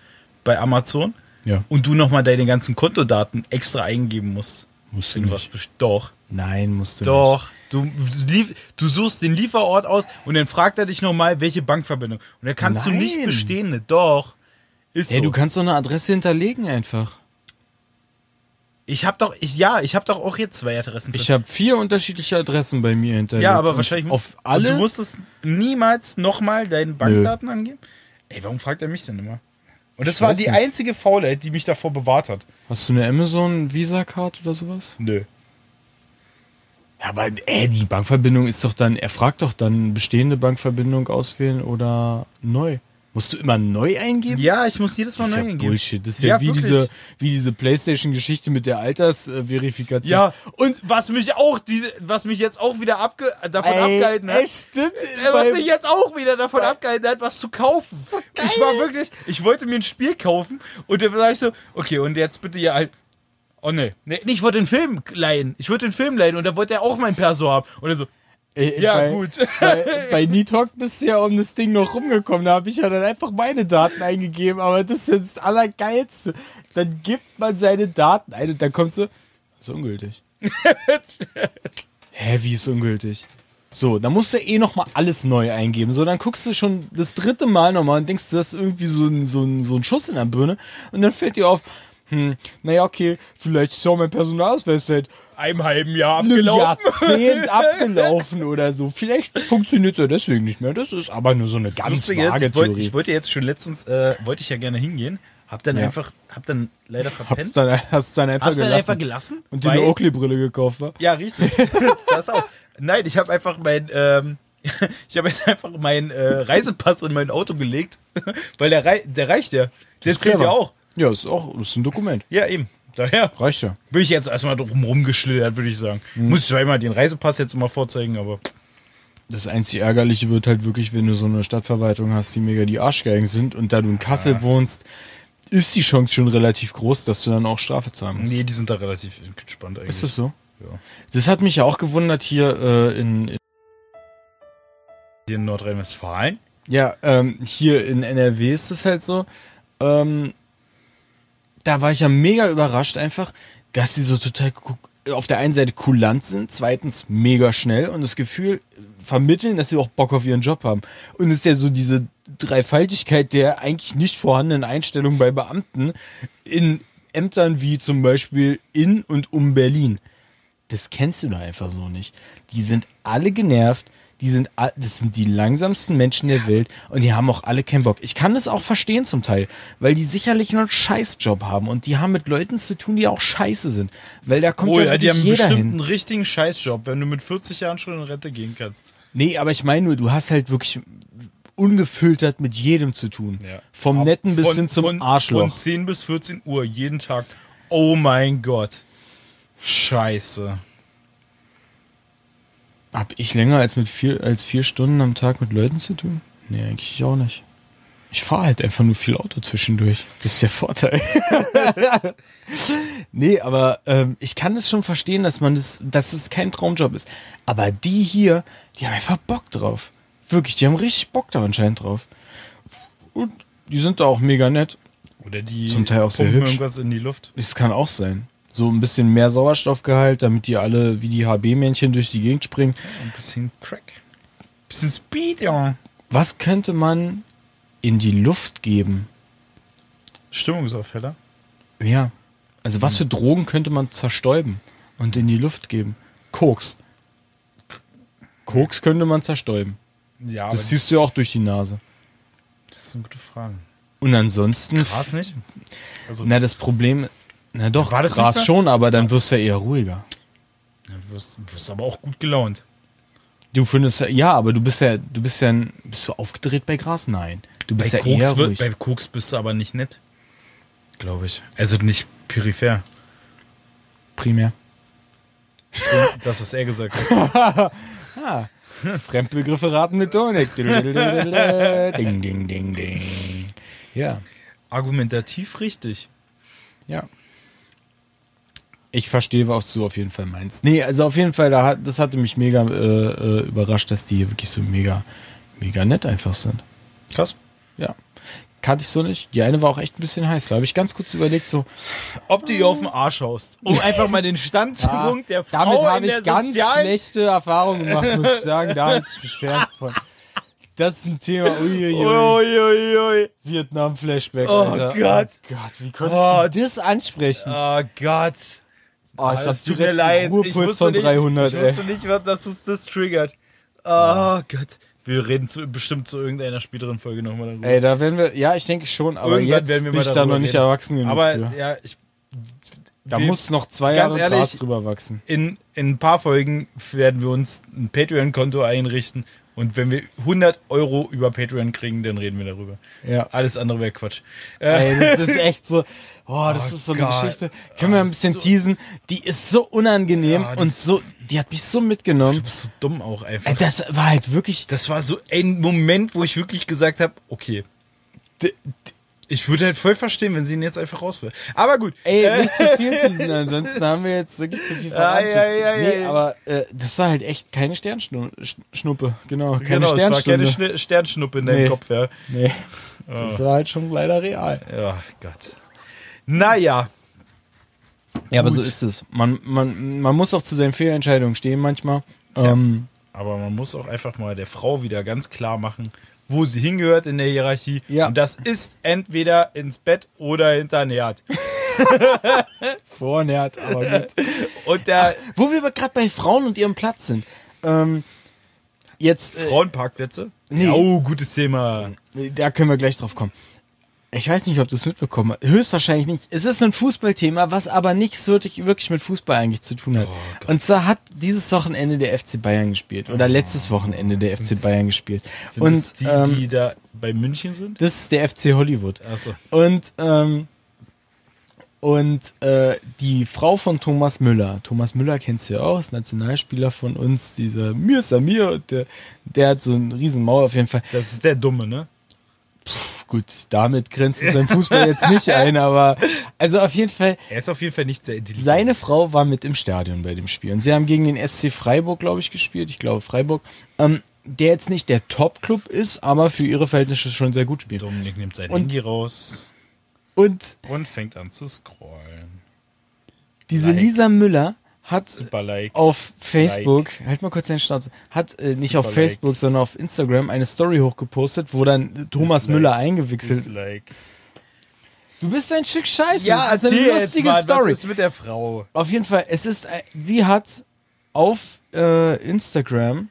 S2: bei Amazon
S1: Ja.
S2: und du nochmal deine ganzen Kontodaten extra eingeben musst.
S1: Musst du
S2: Wenn was
S1: nicht.
S2: best- Doch.
S1: Nein, musst du nicht.
S2: Doch. Du, lief, du suchst den Lieferort aus und dann fragt er dich nochmal, welche Bankverbindung. Und da kannst du nicht
S1: Nein.
S2: bestehende. Doch. Ist
S1: Ey,
S2: so.
S1: du kannst so eine Adresse hinterlegen einfach.
S2: ich habe doch, ich, ja, ich habe doch auch hier zwei Adressen. drin.
S1: Ich habe vier unterschiedliche Adressen bei mir hinterlegt.
S2: ja, aber
S1: Und
S2: wahrscheinlich
S1: auf
S2: und
S1: alle.
S2: Du musstest niemals nochmal deine Bankdaten angeben. Ey, warum fragt er mich denn immer? Und das
S1: Ich
S2: war
S1: weiß
S2: die
S1: nicht.
S2: einzige Faulheit, die mich davor bewahrt hat.
S1: hast du eine Amazon Visa Card oder sowas?
S2: Nö.
S1: Ja, aber ey, die Bankverbindung ist doch dann, er fragt doch dann bestehende Bankverbindung auswählen oder neu. Musst du immer neu eingeben?
S2: Ja, ich muss jedes Mal
S1: Das ist
S2: neu
S1: ja
S2: eingeben.
S1: Bullshit. Das ist ja, wie,
S2: wirklich.
S1: diese, wie diese Playstation-Geschichte mit der Altersverifikation.
S2: Ja, und was mich auch, die, was mich jetzt auch wieder abge, davon abgehalten hat.
S1: Ey, stimmt.
S2: Äh, was
S1: beim-
S2: mich jetzt auch wieder davon abgehalten hat, was zu kaufen.
S1: geil.
S2: Ich war wirklich, ich wollte mir ein Spiel kaufen und dann war ich so, okay, und jetzt bitte ja halt. Oh nee. nee, nee, ich wollte den Film leihen. Ich wollte den Film leihen und da wollte er auch mein Perso haben. Und er so,
S1: Ey,
S2: ja
S1: bei,
S2: gut.
S1: Bei, bei Nitok bist du ja um das Ding noch rumgekommen. Da habe ich ja dann einfach meine Daten eingegeben. Aber das ist jetzt das Allergeilste. Dann gibt man seine Daten ein und dann kommt so, ist ungültig. Hä, wie ist ungültig? So, dann musst du eh nochmal alles neu eingeben. So, dann guckst du schon das dritte Mal nochmal und denkst, du hast irgendwie so einen so einen- so einen Schuss in der Birne. Und dann fällt dir auf, hm, naja, okay, vielleicht ist ja auch mein Personalausweis seit
S2: Einem halben Jahr
S1: einem
S2: abgelaufen.
S1: Jahrzehnt abgelaufen oder so. Vielleicht funktioniert es ja deswegen nicht mehr. Das ist aber nur so eine
S2: Das
S1: ganz
S2: Lustige ist,
S1: vage
S2: ich wollte,
S1: Theorie.
S2: ich wollte jetzt schon letztens, äh, wollte ich ja gerne hingehen, hab dann
S1: Ja.
S2: einfach, hab dann leider verpennt.
S1: Hab's dann, hast dann einfach
S2: hab's
S1: gelassen.
S2: dann einfach gelassen.
S1: und dir eine
S2: weil-
S1: Oakley-Brille gekauft, war.
S2: Ja, richtig. das auch. Nein, ich habe einfach mein, ähm, ich habe jetzt einfach meinen äh, Reisepass in mein Auto gelegt, weil der, rei der reicht ja. Der zählt ja auch.
S1: Ja, ist auch, ist ein Dokument.
S2: Ja, eben. Daher
S1: Reicht ja.
S2: bin ich jetzt erstmal drum rumgeschlittert, würde ich sagen.
S1: Mhm.
S2: Muss ich zwar immer den Reisepass jetzt immer vorzeigen, aber
S1: Das einzig Ärgerliche wird halt wirklich, wenn du so eine Stadtverwaltung hast, die mega die Arschgeigen sind und da du in Kassel wohnst, ist die Chance schon relativ groß, dass du dann auch Strafe zahlen musst.
S2: nee, die sind da relativ entspannt eigentlich.
S1: Ist das so?
S2: Ja.
S1: Das hat mich ja auch gewundert hier äh, in, in
S2: Hier in Nordrhein-Westfalen.
S1: Ja, ähm, hier in NRW ist es halt so. Ähm, da war ich ja mega überrascht einfach, dass die so total ku- auf der einen Seite kulant sind, zweitens mega schnell und das Gefühl vermitteln, dass sie auch Bock auf ihren Job haben. Und es ist ja so diese Dreifaltigkeit der eigentlich nicht vorhandenen Einstellung bei Beamten in Ämtern wie zum Beispiel in und um Berlin das kennst du da einfach so nicht. Die sind alle genervt. Die sind, a- das sind die langsamsten Menschen der Welt und die haben auch alle keinen Bock. Ich kann das auch verstehen zum Teil, weil die sicherlich nur einen Scheißjob haben und die haben mit Leuten zu tun, die auch scheiße sind. Weil da kommt
S2: Oh
S1: ja,
S2: ja, die
S1: wirklich
S2: haben
S1: jeder
S2: bestimmt einen
S1: hin.
S2: richtigen Scheißjob, wenn du mit 40 Jahren schon in Rente gehen kannst.
S1: Nee, aber ich meine nur, du hast halt wirklich ungefiltert mit jedem zu tun. Vom
S2: Ab-
S1: Netten bis
S2: von-
S1: hin zum
S2: von, Von
S1: Arschloch.
S2: 10 bis 14 Uhr jeden Tag. Oh mein Gott. Scheiße.
S1: Hab ich länger als mit vier, als vier Stunden am Tag mit Leuten zu tun? Nee, eigentlich auch nicht. Ich fahre halt einfach nur viel Auto zwischendurch. Das ist der Vorteil. nee, aber ähm, ich kann es schon verstehen, dass man das, dass es kein Traumjob ist. Aber die hier, die haben einfach Bock drauf. Wirklich, die haben richtig Bock da anscheinend drauf. Und die sind da auch mega nett.
S2: Oder die
S1: Zum Teil auch sehr
S2: pumpen
S1: hübsch.
S2: irgendwas in die Luft.
S1: Es kann auch sein. So ein bisschen mehr Sauerstoffgehalt, damit die alle wie die HB-Männchen durch die Gegend springen.
S2: Ein bisschen Crack. bisschen Speed, ja.
S1: Was könnte man in die Luft geben?
S2: Stimmungsaufheller.
S1: Ja. Also was für Drogen könnte man zerstäuben und in die Luft geben? Koks. Koks könnte man zerstäuben.
S2: Ja,
S1: Das
S2: aber-
S1: siehst du ja auch durch die Nase.
S2: das sind gute Fragen.
S1: Und ansonsten,
S2: War es nicht? Also,
S1: na das Problem, na doch,
S2: War das nicht
S1: Gras
S2: mehr?
S1: schon, aber dann wirst du ja eher ruhiger.
S2: du wirst, wirst aber auch gut gelaunt.
S1: Du findest ja- ja, aber du bist ja, du bist ja, ein- bist du aufgedreht bei Gras? Nein. Du bist ja eher
S2: wird-
S1: ruhig.
S2: bei Koks bist du aber nicht nett. Glaube ich. Also nicht peripher.
S1: primär.
S2: Das, was er gesagt hat.
S1: Ah, Fremdbegriffe raten mit Donik. ding, ding, ding, ding. Ja,
S2: Argumentativ richtig.
S1: ja. Ich verstehe, was du auf jeden Fall meinst. Nee, also auf jeden Fall, da hat, das hatte mich mega äh, äh, überrascht, dass die hier wirklich so mega, mega nett einfach sind.
S2: Krass.
S1: Ja. Kannte ich so nicht. Die eine war auch echt ein bisschen heiß. Da habe ich ganz kurz überlegt, so,
S2: Ob du ihr auf den Arsch haust. Um einfach mal den Standpunkt der Frau
S1: damit habe
S2: in
S1: ich
S2: der
S1: ganz
S2: sozialen...
S1: schlechte Erfahrungen gemacht, muss ich sagen. Da habe ich mich beschwert von. Das ist ein Thema. Uiuiui.
S2: Uiuiui.
S1: Vietnam-Flashback,
S2: Oh
S1: Alter.
S2: Gott.
S1: Oh Gott, wie konntest
S2: Oh,
S1: du das ansprechen?
S2: Oh Gott.
S1: Oh,
S2: Ah,
S1: ich hab
S2: das tut
S1: direkt
S2: mir leid.
S1: einen Ruhepuls von
S2: nicht,
S1: 300,
S2: ich
S1: ey.
S2: wusste nicht, was, dass uns das triggert. Oh Gott. Wir reden zu, bestimmt zu irgendeiner späteren Folge nochmal darüber.
S1: Ey, da werden wir, ja, ich denke schon, aber
S2: Irgendwann
S1: jetzt
S2: werden wir
S1: bin
S2: mal
S1: ich da
S2: darüber
S1: noch nicht
S2: reden.
S1: erwachsen genug
S2: Aber
S1: für.
S2: ja, ich,
S1: Da
S2: wir-
S1: muss noch zwei
S2: ganz
S1: Jahre
S2: ehrlich,
S1: Gras drüber wachsen.
S2: in, in ein paar Folgen werden wir uns ein Patreon-Konto einrichten und wenn wir 100 Euro über Patreon kriegen, dann reden wir darüber.
S1: Ja.
S2: Alles andere wäre Quatsch. Äh,
S1: Ey, das ist echt so, oh, das
S2: Oh
S1: ist so eine
S2: Gott.
S1: Geschichte. Können wir
S2: Ah,
S1: ein
S2: das
S1: bisschen
S2: ist so-
S1: teasen? Die ist so unangenehm
S2: Ja, die
S1: und
S2: ist-
S1: so, die hat mich so mitgenommen.
S2: du bist so dumm auch einfach.
S1: Ey, das war halt wirklich,
S2: das war so ein Moment, wo ich wirklich gesagt habe, okay, d- d- ich würde halt voll verstehen, wenn sie ihn jetzt einfach raus will. Aber gut.
S1: Ey,
S2: Äh,
S1: nicht zu viel teasen, ansonsten haben wir jetzt wirklich zu viel verraten.
S2: Ei, ei, ei,
S1: nee,
S2: ei.
S1: aber äh, das war halt echt keine Sternschnuppe, genau, keine
S2: genau, es war
S1: Sternstunde.
S2: keine Schne- Sternschnuppe in deinem
S1: Nee.
S2: Kopf, ja.
S1: nee, das war halt schon leider real.
S2: Ja, Gott. Naja,
S1: Ja, aber
S2: Gut.
S1: so ist es. Man, man, man muss auch zu seinen Fehlentscheidungen stehen manchmal. Ähm,
S2: Aber man muss auch einfach mal der Frau wieder ganz klar machen, wo sie hingehört in der Hierarchie.
S1: Ja.
S2: Und das ist entweder ins Bett oder hinter den Herd.
S1: vornährt, aber gut.
S2: Und der
S1: Wo wir aber gerade bei Frauen und ihrem Platz sind. Ähm, jetzt, äh,
S2: Frauenparkplätze?
S1: Nee.
S2: Ja, Oh, gutes Thema.
S1: Da können wir gleich drauf kommen. Ich weiß nicht, ob du es mitbekommen hast. Höchstwahrscheinlich nicht. Es ist ein Fußballthema, was aber nichts wirklich, wirklich mit Fußball eigentlich zu tun hat.
S2: Gott.
S1: und zwar hat dieses Wochenende der FC Bayern gespielt. Oder letztes Wochenende der
S2: Sind
S1: FC
S2: das-
S1: Bayern gespielt.
S2: Sind
S1: Und
S2: das die,
S1: ähm,
S2: die da bei München sind?
S1: das ist der FC Hollywood.
S2: Achso.
S1: Und, ähm, und äh, die Frau von Thomas Müller, Thomas Müller kennst du ja auch, ist Nationalspieler von uns, dieser Mir Samir, der, der hat so einen riesen Maul auf jeden Fall.
S2: Das ist der Dumme, ne?
S1: gut, damit grenzt du sein Fußball jetzt nicht ein, aber also auf jeden Fall,
S2: Er ist auf jeden Fall nicht sehr intelligent.
S1: seine Frau war mit im Stadion bei dem Spiel. Und sie haben gegen den SC Freiburg, glaube ich, gespielt. Ich glaube Freiburg. Ähm, der jetzt nicht der Top-Club ist, aber für ihre Verhältnisse schon sehr gut spielt.
S2: Dominik nimmt sein
S1: Und-
S2: Handy raus
S1: Und
S2: und fängt an zu scrollen.
S1: diese
S2: Like.
S1: Lisa Müller hat
S2: Super like.
S1: auf Facebook, halt mal kurz deinen Schnauze, hat äh, nicht auf
S2: Super like.
S1: Facebook, sondern auf Instagram eine Story hochgepostet, wo dann Thomas
S2: Dislike.
S1: Müller eingewechselt.
S2: Dislike.
S1: Du bist ein Stück Scheiße. das ist also eine lustige Story.
S2: Was ist mit der Frau?
S1: Auf jeden Fall, es ist, ein- sie hat auf äh, Instagram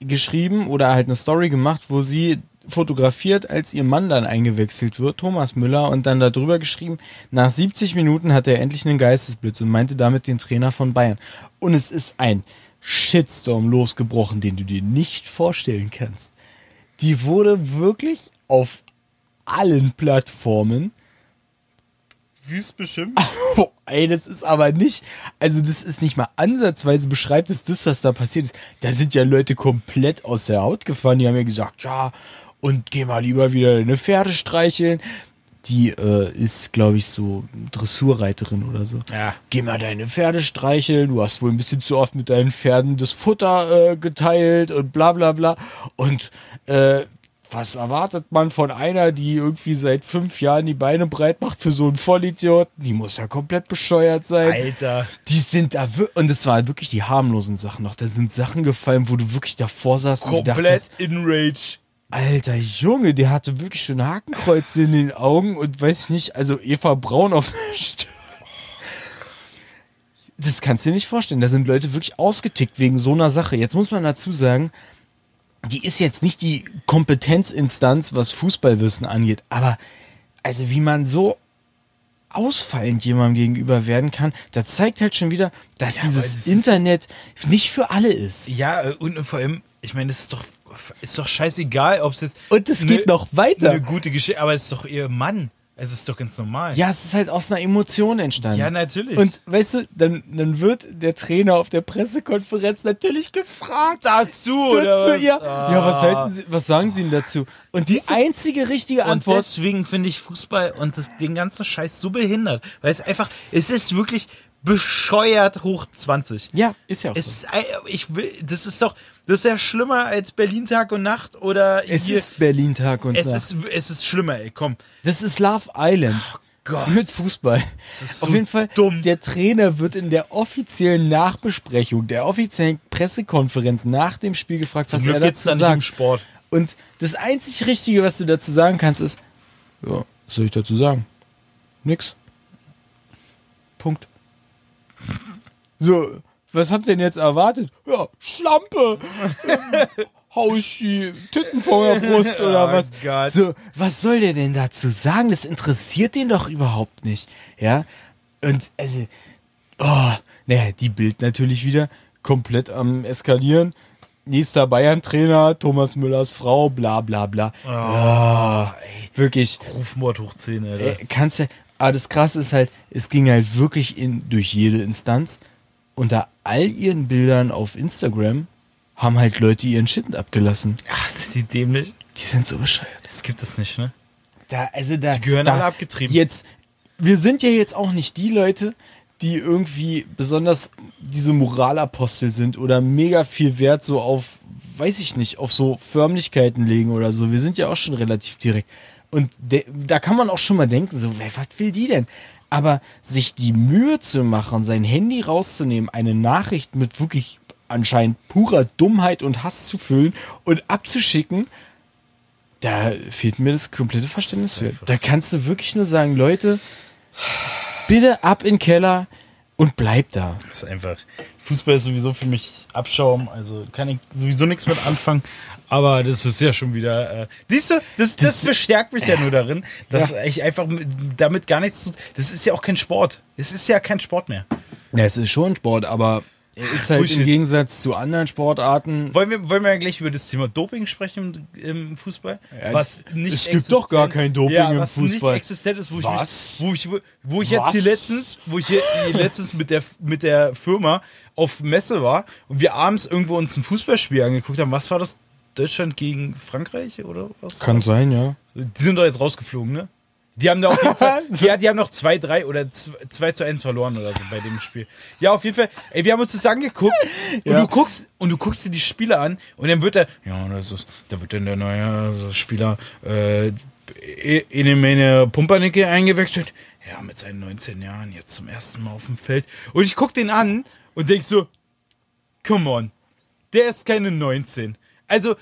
S1: geschrieben oder halt eine Story gemacht, wo sie fotografiert, als ihr Mann dann eingewechselt wird, Thomas Müller, und dann darüber geschrieben, nach 70 Minuten hatte er endlich einen Geistesblitz und meinte damit den Trainer von Bayern. Und es ist ein Shitstorm losgebrochen, den du dir nicht vorstellen kannst. Die wurde wirklich auf allen Plattformen
S2: Wüst bestimmt.
S1: Boah, ey, das ist aber nicht, also das ist nicht mal ansatzweise beschreibt es das, was da passiert ist. Da sind ja Leute komplett aus der Haut gefahren. Die haben ja gesagt, ja, und geh mal lieber wieder eine Pferde streicheln. Die äh, ist, glaube ich, so Dressurreiterin oder so.
S2: Ja.
S1: Geh mal deine Pferde streicheln. Du hast wohl ein bisschen zu oft mit deinen Pferden das Futter äh, geteilt und bla bla bla. Und äh, was erwartet man von einer, die irgendwie seit fünf Jahren die Beine breit macht für so einen Vollidioten? Die muss ja komplett bescheuert sein.
S2: Alter.
S1: Äh, Die sind da wir- und es waren wirklich die harmlosen Sachen noch. Da sind Sachen gefallen, wo du wirklich davor saßt und gedacht hast,
S2: Komplett in Rage.
S1: Alter Junge, der hatte wirklich schon Hakenkreuze in den Augen und weiß nicht, also Eva Braun auf der Stirn. Das kannst du dir nicht vorstellen. Da sind Leute wirklich ausgetickt wegen so einer Sache. Jetzt muss man dazu sagen, die ist jetzt nicht die Kompetenzinstanz, was Fußballwissen angeht, aber also wie man so ausfallend jemandem gegenüber werden kann, das zeigt halt schon wieder, dass
S2: Ja, aber
S1: dieses
S2: das ist-
S1: Internet nicht für alle ist.
S2: Ja, äh, und vor allem, ich meine, das ist doch, ist doch scheißegal, ob es jetzt.
S1: Und es geht noch weiter.
S2: Eine gute Geschichte, aber es ist doch ihr Mann. Es ist doch ganz normal.
S1: Ja, es ist halt aus einer Emotion entstanden.
S2: Ja, natürlich.
S1: Und weißt du, dann, dann wird der Trainer auf der Pressekonferenz natürlich gefragt.
S2: dazu,
S1: Wird
S2: oder?
S1: zu
S2: was?
S1: ihr,
S2: Ah.
S1: Ja, was, halten Sie, was sagen Sie denn dazu? Und die einzige richtige
S2: Und
S1: Antwort.
S2: deswegen finde ich Fußball und das, den ganzen Scheiß so behindert. Weil es einfach, es ist wirklich bescheuert hoch 20.
S1: ja, ist ja auch
S2: Es
S1: so.
S2: ist, ei- ich will, das ist doch, das ist ja schlimmer als Berlin Tag und Nacht oder
S1: Es
S2: hier.
S1: ist Berlin Tag und
S2: es
S1: Nacht.
S2: ist, es ist schlimmer, ey, komm.
S1: das ist Love Island.
S2: Gott.
S1: Mit Fußball.
S2: ist
S1: Auf
S2: so
S1: jeden Fall,
S2: dumm.
S1: der Trainer wird in der offiziellen Nachbesprechung, der offiziellen Pressekonferenz nach dem Spiel gefragt, was
S2: Zum
S1: er
S2: Glück geht's
S1: dazu
S2: da nicht um
S1: sagt.
S2: Sport.
S1: Und das einzig Richtige, was du dazu sagen kannst, ist, ja, was soll ich dazu sagen? Nix. Punkt. So, was habt ihr denn jetzt erwartet? Ja, Schlampe. Ähm, Hau ich die Titten vor der Brust oder
S2: Oh
S1: was?
S2: Gott.
S1: So, was soll der denn dazu sagen? Das interessiert den doch überhaupt nicht. Ja, und also, oh, naja, die Bild natürlich wieder komplett am Eskalieren. Nächster Bayern-Trainer, Thomas Müllers Frau, bla bla bla.
S2: Oh. Ah, ey.
S1: Wirklich.
S2: Rufmord hoch 10, Alter.
S1: Äh, kannst du. Aber das Krasse ist halt, es ging halt wirklich in, durch jede Instanz. Unter all ihren Bildern auf Instagram haben halt Leute ihren Shit abgelassen.
S2: Ach, sind die dämlich?
S1: Die sind so bescheuert.
S2: Das gibt es nicht, ne?
S1: Da, also da,
S2: Die gehören
S1: da,
S2: alle abgetrieben.
S1: Jetzt, wir sind ja jetzt auch nicht die Leute, die irgendwie besonders diese Moralapostel sind oder mega viel Wert so auf, weiß ich nicht, auf so Förmlichkeiten legen oder so. Wir sind ja auch schon relativ direkt. Und de, da kann man auch schon mal denken, so, wer, was will die denn? Aber sich die Mühe zu machen, sein Handy rauszunehmen, eine Nachricht mit wirklich anscheinend purer Dummheit und Hass zu füllen und abzuschicken, da fehlt mir das komplette Verständnis für. Da kannst du wirklich nur sagen, Leute, bitte ab in den Keller und bleib da.
S2: Das ist einfach. Fußball ist sowieso für mich Abschaum, also kann ich sowieso nichts mit anfangen. Aber das ist ja schon wieder. Äh, siehst du, das, das, bestärkt mich ja nur darin, dass ich einfach mit, damit gar nichts zu. Das ist ja auch kein Sport. Es ist ja kein Sport mehr.
S1: Ja, es ist schon Sport, aber er ist halt
S2: Bullshit.
S1: im Gegensatz zu anderen Sportarten.
S2: Wollen wir, wollen wir gleich über das Thema Doping sprechen im, im Fußball?
S1: Ja,
S2: was nicht
S1: es gibt doch gar kein Doping im
S2: was
S1: Fußball.
S2: Nicht existent ist, wo
S1: Was?
S2: ich mich, wo ich, wo ich jetzt
S1: Was?
S2: hier letztens, wo ich hier hier letztens mit der mit der Firma auf Messe war und wir abends irgendwo uns ein Fußballspiel angeguckt haben. Was war das? Deutschland gegen Frankreich oder was?
S1: sein, ja.
S2: Die sind doch jetzt rausgeflogen, ne? Die haben da auf jeden Fall, die, die haben noch 2-3 oder 2 zu 1 verloren oder so bei dem Spiel. Ja, auf jeden Fall. Ey, wir haben uns das angeguckt und
S1: Ja.
S2: du guckst und du guckst dir die Spieler an und dann wird er, ja, das ist, da wird dann der neue Spieler äh, in eine Menge Pumpernickel eingewechselt. Ja, mit seinen 19 Jahren jetzt zum ersten Mal auf dem Feld. Und ich guck den an und denk so, come on, der ist keine 19. Also,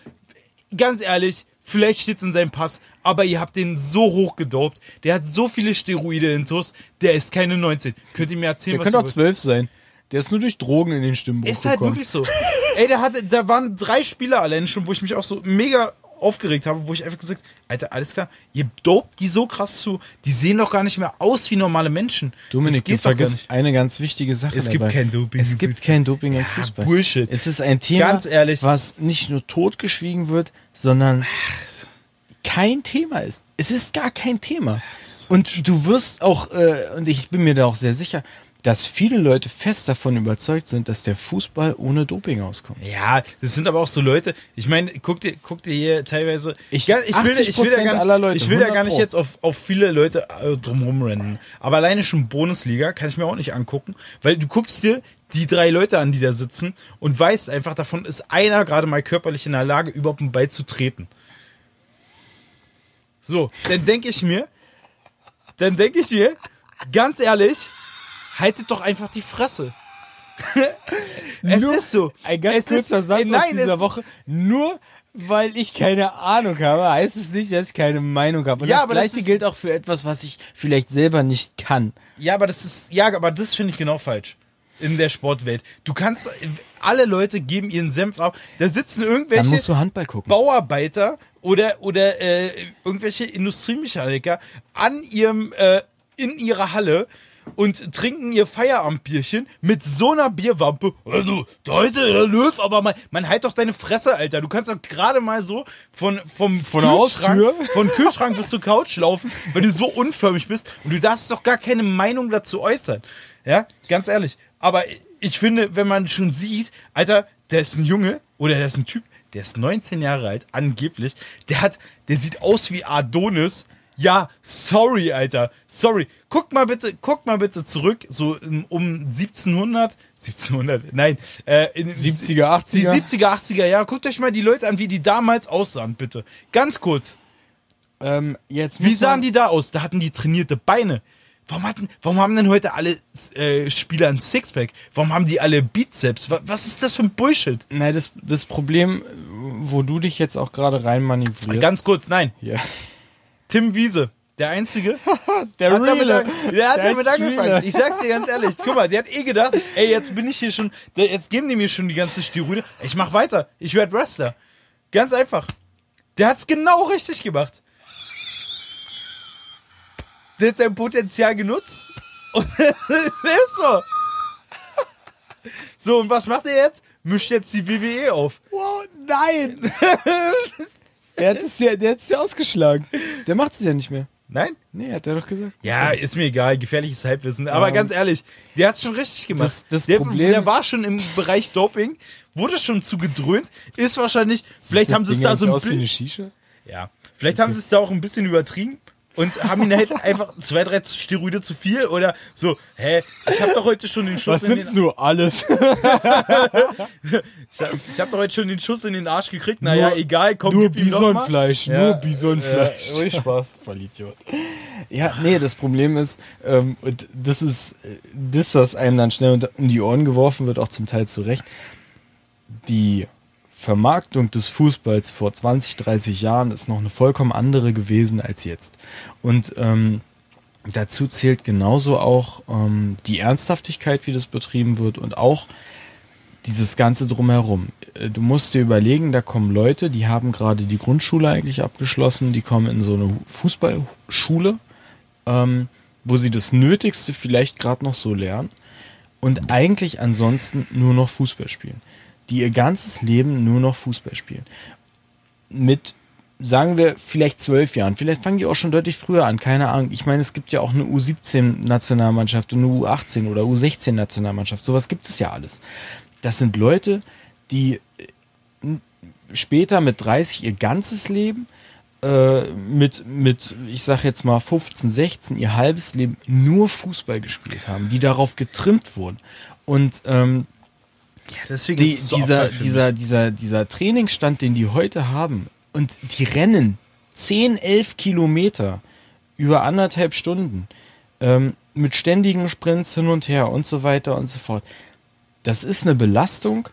S2: ganz ehrlich, vielleicht steht es in seinem Pass, aber ihr habt den so hoch gedopt. Der hat so viele Steroide in Tus, der ist keine 19. Könnt ihr mir erzählen,
S1: Der
S2: was
S1: könnte auch
S2: ihr wollt?
S1: zwölf sein. Der ist nur durch Drogen in den Stimmbruch
S2: Ist halt
S1: gekommen.
S2: wirklich so. Ey, der hatte, da waren drei Spieler allein schon, wo ich mich auch so mega aufgeregt habe, wo ich einfach gesagt habe, Alter, alles klar, ihr dopt die so krass zu, die sehen doch gar nicht mehr aus wie normale Menschen.
S1: Dominik,
S2: Das geht
S1: du
S2: doch gar
S1: vergisst
S2: nicht.
S1: eine ganz wichtige Sache.
S2: Es gibt
S1: dabei.
S2: kein Doping
S1: Es
S2: im
S1: gibt kein Doping im Fußball.
S2: Bullshit.
S1: Es ist ein Thema,
S2: Ganz ehrlich.
S1: was nicht nur totgeschwiegen wird, sondern kein Thema ist. Es ist gar kein Thema. Und du wirst auch, äh, und ich bin mir da auch sehr sicher, dass viele Leute fest davon überzeugt sind, dass der Fußball ohne Doping auskommt.
S2: Ja, das sind aber auch so Leute. Ich meine, guck dir, guck dir hier teilweise.
S1: Ich-
S2: Ja, ich, will, ich will da
S1: 80%
S2: gar nicht,
S1: aller Leute,
S2: ich will da
S1: 100
S2: gar nicht
S1: Pro.
S2: jetzt auf, auf viele Leute äh, drumherum rennen. Aber alleine schon Bundesliga kann ich mir auch nicht angucken, weil du guckst dir die drei Leute an, die da sitzen und weißt einfach, davon ist einer gerade mal körperlich in der Lage, überhaupt einen Ball zu treten. So, dann denke ich mir, dann denke ich mir, ganz ehrlich, haltet doch einfach die Fresse. es
S1: Nur
S2: ist so.
S1: Ein ganz
S2: es
S1: kurzer Satz
S2: ey, nein,
S1: aus dieser
S2: es-
S1: Woche. Nur weil ich keine Ahnung habe, heißt es nicht, dass ich keine Meinung habe. Und
S2: Ja,
S1: das
S2: aber das
S1: gleiche
S2: ist-
S1: gilt auch für etwas, was ich vielleicht selber nicht kann.
S2: Ja, aber das ist, ja, aber das finde ich genau falsch. In der Sportwelt. Du kannst, alle Leute geben ihren Senf ab. Da sitzen irgendwelche.
S1: Dann musst du Handball gucken.
S2: Bauarbeiter oder, oder äh, irgendwelche Industriemechaniker an ihrem, äh, in ihrer Halle und trinken ihr Feierabendbierchen mit so einer Bierwampe. Also, da heute der Löw, aber man, man halt doch deine Fresse, Alter. Du kannst doch gerade mal so von, vom
S1: Von der Haustür?
S2: von Kühlschrank bis zur Couch laufen, weil du so unförmig bist und du darfst doch gar keine Meinung dazu äußern. Ja, ganz ehrlich. Aber ich finde, wenn man schon sieht, Alter, der ist ein Junge oder der ist ein Typ, der ist 19 Jahre alt, angeblich, der hat, der sieht aus wie Adonis. Ja, sorry, Alter, sorry. Guck mal bitte, guck mal bitte zurück, so in- um 1700, 1700, nein, äh, in
S1: 70er, 80er.
S2: Die 70er, 80er Jahre. Guckt euch mal die Leute an, wie die damals aussahen, bitte. Ganz kurz.
S1: Ähm, jetzt
S2: Wie
S1: muss
S2: sahen
S1: man-
S2: die da aus? Da hatten die trainierte Beine. Warum, hatten, warum haben denn heute alle äh, Spieler ein Sixpack? Warum haben die alle Bizeps? Wa- Was ist das für ein Bullshit?
S1: Nein, das, das Problem, wo du dich jetzt auch gerade rein manövrierst.
S2: Ganz kurz, nein.
S1: ja.
S2: Tim Wiese, der Einzige,
S1: Der
S2: hat damit,
S1: Reale.
S2: an- der hat
S1: Der
S2: damit
S1: ist
S2: angefangen.
S1: Reale.
S2: Ich sag's dir ganz ehrlich. Guck mal, der hat eh gedacht, ey, jetzt bin ich hier schon, der, jetzt geben die mir schon die ganze Steroide. Ich mach weiter. Ich werd Wrestler. Ganz einfach. Der hat's genau richtig gemacht. Der hat sein Potenzial genutzt. Und der ist so. So, und was macht er jetzt? Mischt jetzt die WWE auf.
S1: Wow, nein! der, hat es ja, der hat es ja ausgeschlagen. Der macht es ja nicht mehr.
S2: Nein?
S1: Nee, hat er doch gesagt.
S2: Ja, ist mir egal, gefährliches Halbwissen. Aber
S1: Ähm,
S2: ganz ehrlich, der hat's schon richtig gemacht.
S1: das- das
S2: der,
S1: Problem-
S2: der war schon im Bereich Doping, wurde schon zugedröhnt, ist wahrscheinlich, vielleicht haben sie es da so ein
S1: aus wie eine
S2: bisschen.
S1: Shisha?
S2: Ja, vielleicht haben sie es da auch ein bisschen übertrieben und haben ihn halt einfach zwei, drei Steroide zu viel oder so, hä, ich habe doch heute schon den Schuss
S1: Was
S2: in den
S1: nimmst du? Alles.
S2: Ich hab, ich hab doch heute schon den Schuss in den Arsch gekriegt. Naja, egal, komm,
S1: nur
S2: gib ihm noch mal.
S1: Bisonfleisch.
S2: Ja,
S1: Nur Bisonfleisch.
S2: äh, ruhig Spaß.
S1: Voll Idiot. Ja, nee, das Problem ist, ähm, und das ist äh, das, was einem dann schnell unter- um die Ohren geworfen wird, auch zum Teil zu Recht. Die Vermarktung des Fußballs vor 20, 30 Jahren ist noch eine vollkommen andere gewesen als jetzt. Und ähm, dazu zählt genauso auch ähm, die Ernsthaftigkeit, wie das betrieben wird und auch dieses Ganze drumherum. Äh, Du musst dir überlegen, da kommen Leute, die haben gerade die Grundschule eigentlich abgeschlossen, die kommen in so eine Fußballschule, ähm, wo sie das Nötigste vielleicht gerade noch so lernen und eigentlich ansonsten nur noch Fußball spielen. Die ihr ganzes Leben nur noch Fußball spielen. Mit, sagen wir, vielleicht zwölf Jahren. Vielleicht fangen die auch schon deutlich früher an, keine Ahnung. Ich meine, es gibt ja auch eine U17-Nationalmannschaft und eine U18 oder U16-Nationalmannschaft. Sowas gibt es ja alles. Das sind Leute, die äh, n- später mit 30 ihr ganzes Leben äh, mit, mit, ich sag jetzt mal 15, 16 ihr halbes Leben nur Fußball gespielt haben, die darauf getrimmt wurden. Und ähm,
S2: Ja, deswegen
S1: die,
S2: ist es so
S1: dieser,
S2: Abfall für
S1: dieser,
S2: mich.
S1: dieser, dieser Trainingsstand, den die heute haben, und die rennen 10, 11 Kilometer über anderthalb Stunden ähm, mit ständigen Sprints hin und her und so weiter und so fort. Das ist eine Belastung,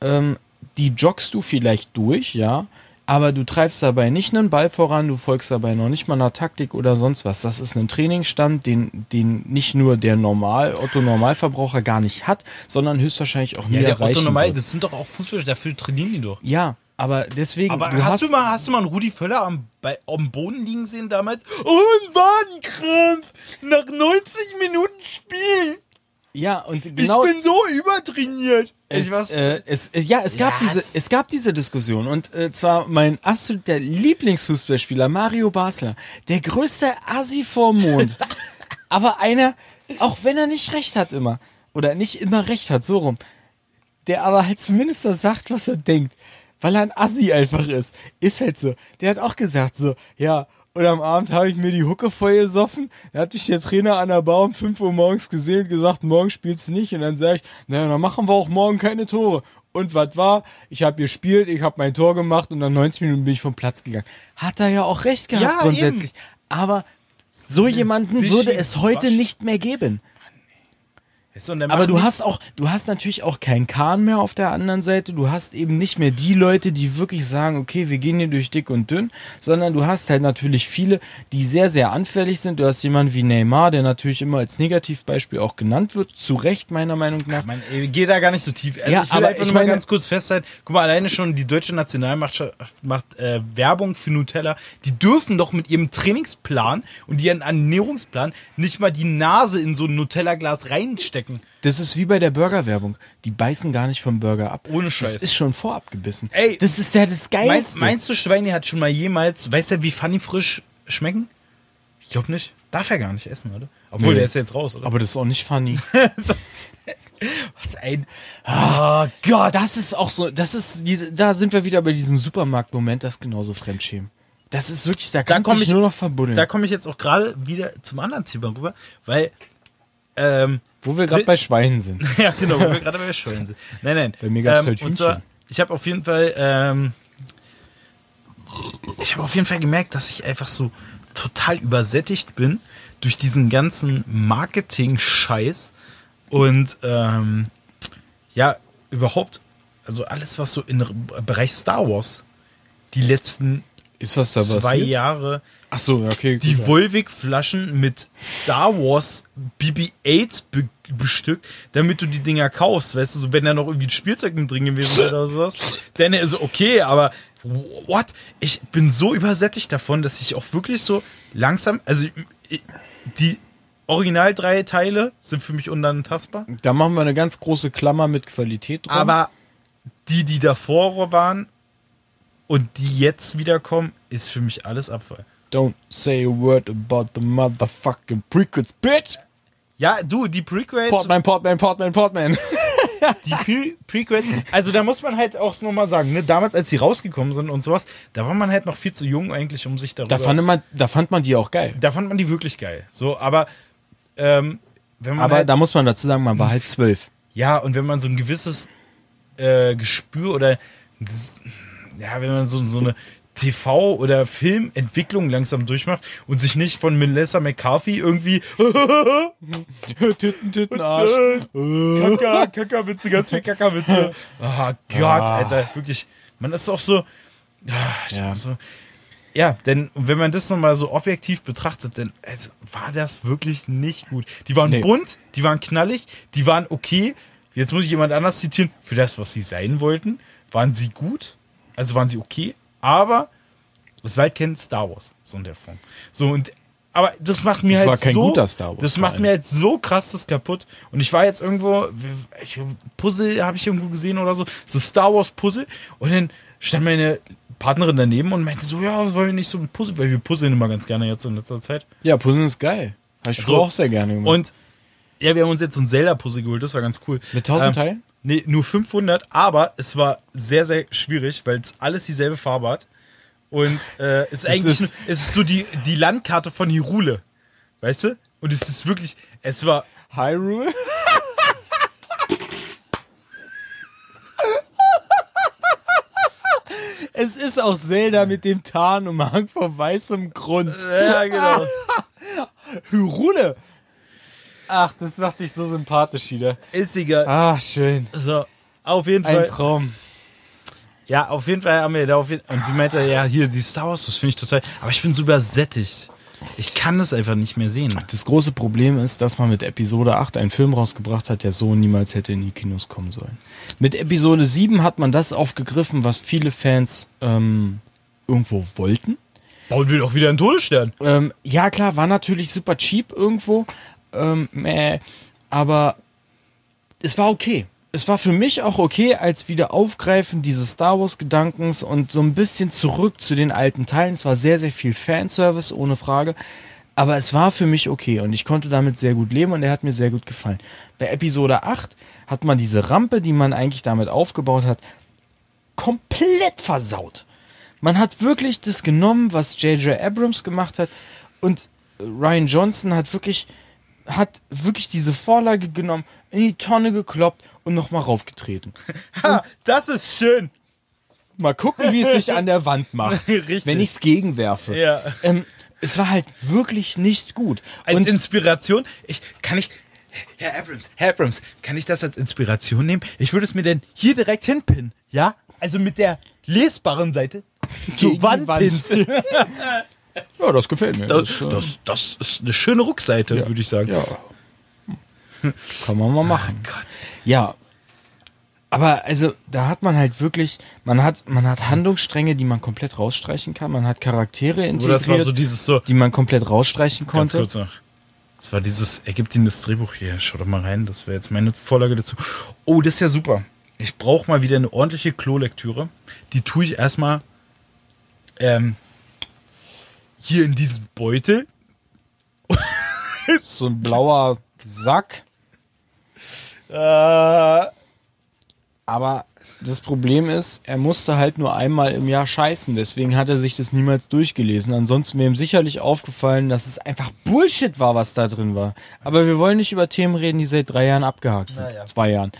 S1: ähm, die joggst du vielleicht durch, ja, aber du treibst dabei nicht einen Ball voran, du folgst dabei noch nicht mal einer Taktik oder sonst was. Das ist ein Trainingsstand, den, den nicht nur der Normal, Otto-Normalverbraucher gar nicht hat, sondern höchstwahrscheinlich auch nie
S2: Ja, der
S1: erreichen
S2: Otto normal,
S1: wird.
S2: das sind doch auch Fußballer, dafür trainieren die doch.
S1: Ja, aber deswegen.
S2: Aber hast, du mal, hast du mal einen Rudi Völler am, Be- am Boden liegen sehen damals? Oh, ein Wadenkrampf! Nach 90 Minuten Spiel!
S1: Ja, und genau.
S2: ich bin so übertrainiert!
S1: es, äh, es, es, ja, es gab,
S2: Yes.
S1: diese, es gab diese Diskussion. Und äh, zwar mein absoluter Lieblingsfußballspieler, Mario Basler, der größte Asi vorm Mond. aber einer, auch wenn er nicht recht hat immer, oder nicht immer recht hat, so rum, der aber halt zumindest das sagt, was er denkt, weil er ein Assi einfach ist. Ist halt so. Der hat auch gesagt so, ja, und am Abend habe ich mir die Hucke voll gesoffen, da hat mich der Trainer an der Bar um 5 Uhr morgens gesehen und gesagt, morgen spielst du nicht. Und dann sage ich, naja, dann machen wir auch morgen keine Tore. Und was war? Ich habe gespielt, ich habe mein Tor gemacht und nach 90 Minuten bin ich vom Platz gegangen. Hat er ja auch recht gehabt
S2: Ja, eben.
S1: grundsätzlich. Aber so jemanden
S2: bisschen
S1: würde es heute
S2: wasch-
S1: nicht mehr geben.
S2: Weißt du, und der
S1: Aber
S2: macht
S1: du
S2: nicht-
S1: hast auch, du hast natürlich auch keinen Kahn mehr auf der anderen Seite. Du hast eben nicht mehr die Leute, die wirklich sagen, okay, wir gehen hier durch dick und dünn, sondern du hast halt natürlich viele, die sehr, sehr anfällig sind. Du hast jemanden wie Neymar, der natürlich immer als Negativbeispiel auch genannt wird. Zu Recht, meiner Meinung nach.
S2: Man, ey, geh da gar nicht so tief. Also
S1: Ja,
S2: ich will
S1: aber
S2: einfach
S1: ich
S2: nur mal
S1: meine-
S2: ganz kurz festhalten. Guck mal, alleine schon die deutsche Nationalmannschaft macht äh, Werbung für Nutella. Die dürfen doch mit ihrem Trainingsplan und ihren Ernährungsplan nicht mal die Nase in so ein Nutella-Glas reinstecken.
S1: Das ist wie bei der Burgerwerbung. Die beißen gar nicht vom Burger ab.
S2: Ohne Scheiß.
S1: Das ist schon vorab gebissen.
S2: Ey,
S1: das ist ja das
S2: Mein,
S1: Geilste.
S2: meinst du, Schweini hat schon mal jemals, weißt du, wie Funny frisch schmecken? Ich glaube nicht. Darf er gar nicht essen, oder? Obwohl,
S1: Nee.
S2: der ist ja jetzt raus, oder?
S1: aber das ist auch nicht funny.
S2: So. Was ein. Oh Gott.
S1: Das ist auch so, das ist diese, da sind wir wieder bei diesem Supermarkt-Moment, das ist genauso Fremdschämen. Das ist wirklich, da kannst du
S2: komm
S1: dich
S2: ich-
S1: nur noch verbuddeln.
S2: Da komme ich jetzt auch gerade wieder zum anderen Thema rüber, weil. Ähm,
S1: wo wir gerade bei Schweinen sind.
S2: ja, genau, wo wir gerade bei Schweinen sind. Nein, nein.
S1: Bei mir gab's
S2: ähm,
S1: heute
S2: und zwar,
S1: Hühnchen.
S2: Ich habe auf jeden Fall. Ähm, ich habe auf jeden Fall gemerkt, dass ich einfach so total übersättigt bin durch diesen ganzen Marketing-Scheiß und ähm, ja, überhaupt, also alles, was so im Bereich Star Wars die letzten
S1: Ist was da
S2: zwei
S1: passiert?
S2: Jahre
S1: Ach so, ja, okay.
S2: die
S1: gut.
S2: Volvic-Flaschen mit Star Wars BB-8 be bestückt, damit du die Dinger kaufst. Weißt du, so, wenn da noch irgendwie ein Spielzeug mit drin gewesen wäre oder sowas, dann ist okay, aber what? Ich bin so übersättigt davon, dass ich auch wirklich so langsam, also ich- die original drei Teile sind für mich unantastbar,
S1: Da machen wir eine ganz große Klammer mit Qualität drum.
S2: aber die, die davor waren und die jetzt wiederkommen, ist für mich alles Abfall.
S1: Don't say a word about the motherfucking prequels, bitch!
S2: Ja, du, die Prequels
S1: Portman, Portman, Portman, Portman.
S2: Die Pre Prequels, also da muss man halt auch nochmal sagen, ne? damals, als die rausgekommen sind und sowas, da war man halt noch viel zu jung eigentlich, um sich darüber...
S1: Da fand, man, da fand man die auch geil.
S2: da fand man die wirklich geil. So, aber ähm, wenn man
S1: Aber
S2: halt,
S1: da muss man dazu sagen, man war halt zwölf.
S2: ja, und wenn man so ein gewisses äh, Gespür oder s- ja, wenn man so, so eine TV- oder Filmentwicklung langsam durchmacht und sich nicht von Melissa McCarthy irgendwie
S1: Titten, Titten, Arsch.
S2: Kaka, Kackerwitze, ganz viel Kackerwitze. Ah Gott,
S1: Ah.
S2: Alter, wirklich. Man ist auch so. Ah, ich
S1: Ja.
S2: ja. so. Ja, denn wenn man das nochmal so objektiv betrachtet, dann also, war das wirklich nicht gut. Die waren
S1: Nee.
S2: bunt, die waren knallig, die waren okay. Jetzt muss ich jemand anders zitieren. Für das, was sie sein wollten, waren sie gut. Also waren sie okay. Aber das war halt kein Star Wars, so in der Form. So und aber das macht mir
S1: Das
S2: halt
S1: war kein
S2: so,
S1: guter Star Wars
S2: Das
S1: vor
S2: macht
S1: allem.
S2: mir halt so krass das kaputt. Und ich war jetzt irgendwo, ich, Puzzle habe ich irgendwo gesehen oder so, so Star Wars Puzzle. Und dann stand meine Partnerin daneben und meinte so, ja, wollen wir nicht so ein Puzzle, weil wir puzzeln immer ganz gerne jetzt in letzter Zeit.
S1: Ja, Puzzeln ist geil. Habe ich
S2: So.
S1: früher auch sehr gerne gemacht.
S2: Und ja, wir haben uns jetzt so ein Zelda-Puzzle geholt, das war ganz cool. Ähm,
S1: Mit 1000 Teilen?
S2: Nee, nur 500, aber es war sehr, sehr schwierig, weil es alles dieselbe Farbe hat. Und äh, ist eigentlich
S1: ist-
S2: nur, es ist so die, die Landkarte von Hirule. Weißt du? Und es ist wirklich, es war
S1: Hyrule? es ist auch Zelda mit dem Tarnumhang vor weißem Grund.
S2: Ja, genau.
S1: Hyrule! Ach, das macht dich so sympathisch wieder.
S2: Ist egal.
S1: Ah, schön.
S2: So, auf jeden
S1: Ein
S2: Fall.
S1: Traum.
S2: Ja, auf jeden Fall haben wir da auf jeden Und sie meinte, ja, hier die Star Wars, das finde ich total. Aber ich bin so übersättigt. Ich kann das einfach nicht mehr sehen.
S1: Das große Problem ist, dass man mit Episode 8 einen Film rausgebracht hat, der so niemals hätte in die Kinos kommen sollen. Mit Episode 7 hat man das aufgegriffen, was viele Fans ähm, irgendwo wollten.
S2: Bauen wir doch wieder einen Todesstern.
S1: Ähm, ja, klar, war natürlich super cheap irgendwo. Ähm, mäh, aber es war okay. Es war für mich auch okay, als wieder aufgreifen dieses Star Wars-Gedankens und so ein bisschen zurück zu den alten Teilen. Es war sehr, sehr viel Fanservice, ohne Frage. Aber es war für mich okay und ich konnte damit sehr gut leben und er hat mir sehr gut gefallen. Bei Episode 8 hat man diese Rampe, die man eigentlich damit aufgebaut hat, komplett versaut. Man hat wirklich das genommen, was J.J. Abrams gemacht hat und Ryan Johnson hat wirklich hat wirklich diese Vorlage genommen, in die Tonne gekloppt und nochmal raufgetreten.
S2: Ha, das ist schön.
S1: Mal gucken, wie es sich an der Wand macht,
S2: Richtig.
S1: wenn ich es gegenwerfe.
S2: Ja.
S1: Ähm, es war halt wirklich nicht gut.
S2: Als
S1: Und-
S2: Inspiration. Ich kann ich. Herr Abrams, Herr Abrams, kann ich das als Inspiration nehmen? Ich würde es mir denn hier direkt hinpinnen. Ja? Also mit der lesbaren Seite
S1: Gegen
S2: zur
S1: die
S2: Wand,
S1: Wand.
S2: hin.
S1: ja, das gefällt mir.
S2: Das,
S1: äh,
S2: das, das ist eine schöne Rückseite,
S1: ja.
S2: würde ich sagen.
S1: Ja. Hm. Kann man mal machen.
S2: Gott.
S1: Ja. Aber also, da hat man halt wirklich, man hat, man hat Handlungsstränge, die man komplett rausstreichen kann. Man hat Charaktere
S2: So,
S1: integriert,
S2: das war so dieses so.
S1: die man komplett rausstreichen konnte.
S2: Ganz kurz noch. Das war dieses, er gibt Ihnen das Drehbuch hier. Schau doch mal rein, das wäre jetzt meine Vorlage dazu. Oh, das ist ja super. Ich brauche mal wieder eine ordentliche Klolektüre. Die tue ich erstmal ähm, hier in diesen Beutel.
S1: So ein blauer Sack.
S2: Äh,
S1: Aber das Problem ist, er musste halt nur einmal im Jahr scheißen. Deswegen hat er sich das niemals durchgelesen. Ansonsten wäre ihm sicherlich aufgefallen, dass es einfach Bullshit war, was da drin war. Aber wir wollen nicht über Themen reden, die seit drei Jahren abgehakt sind.
S2: Naja.
S1: Zwei Jahren.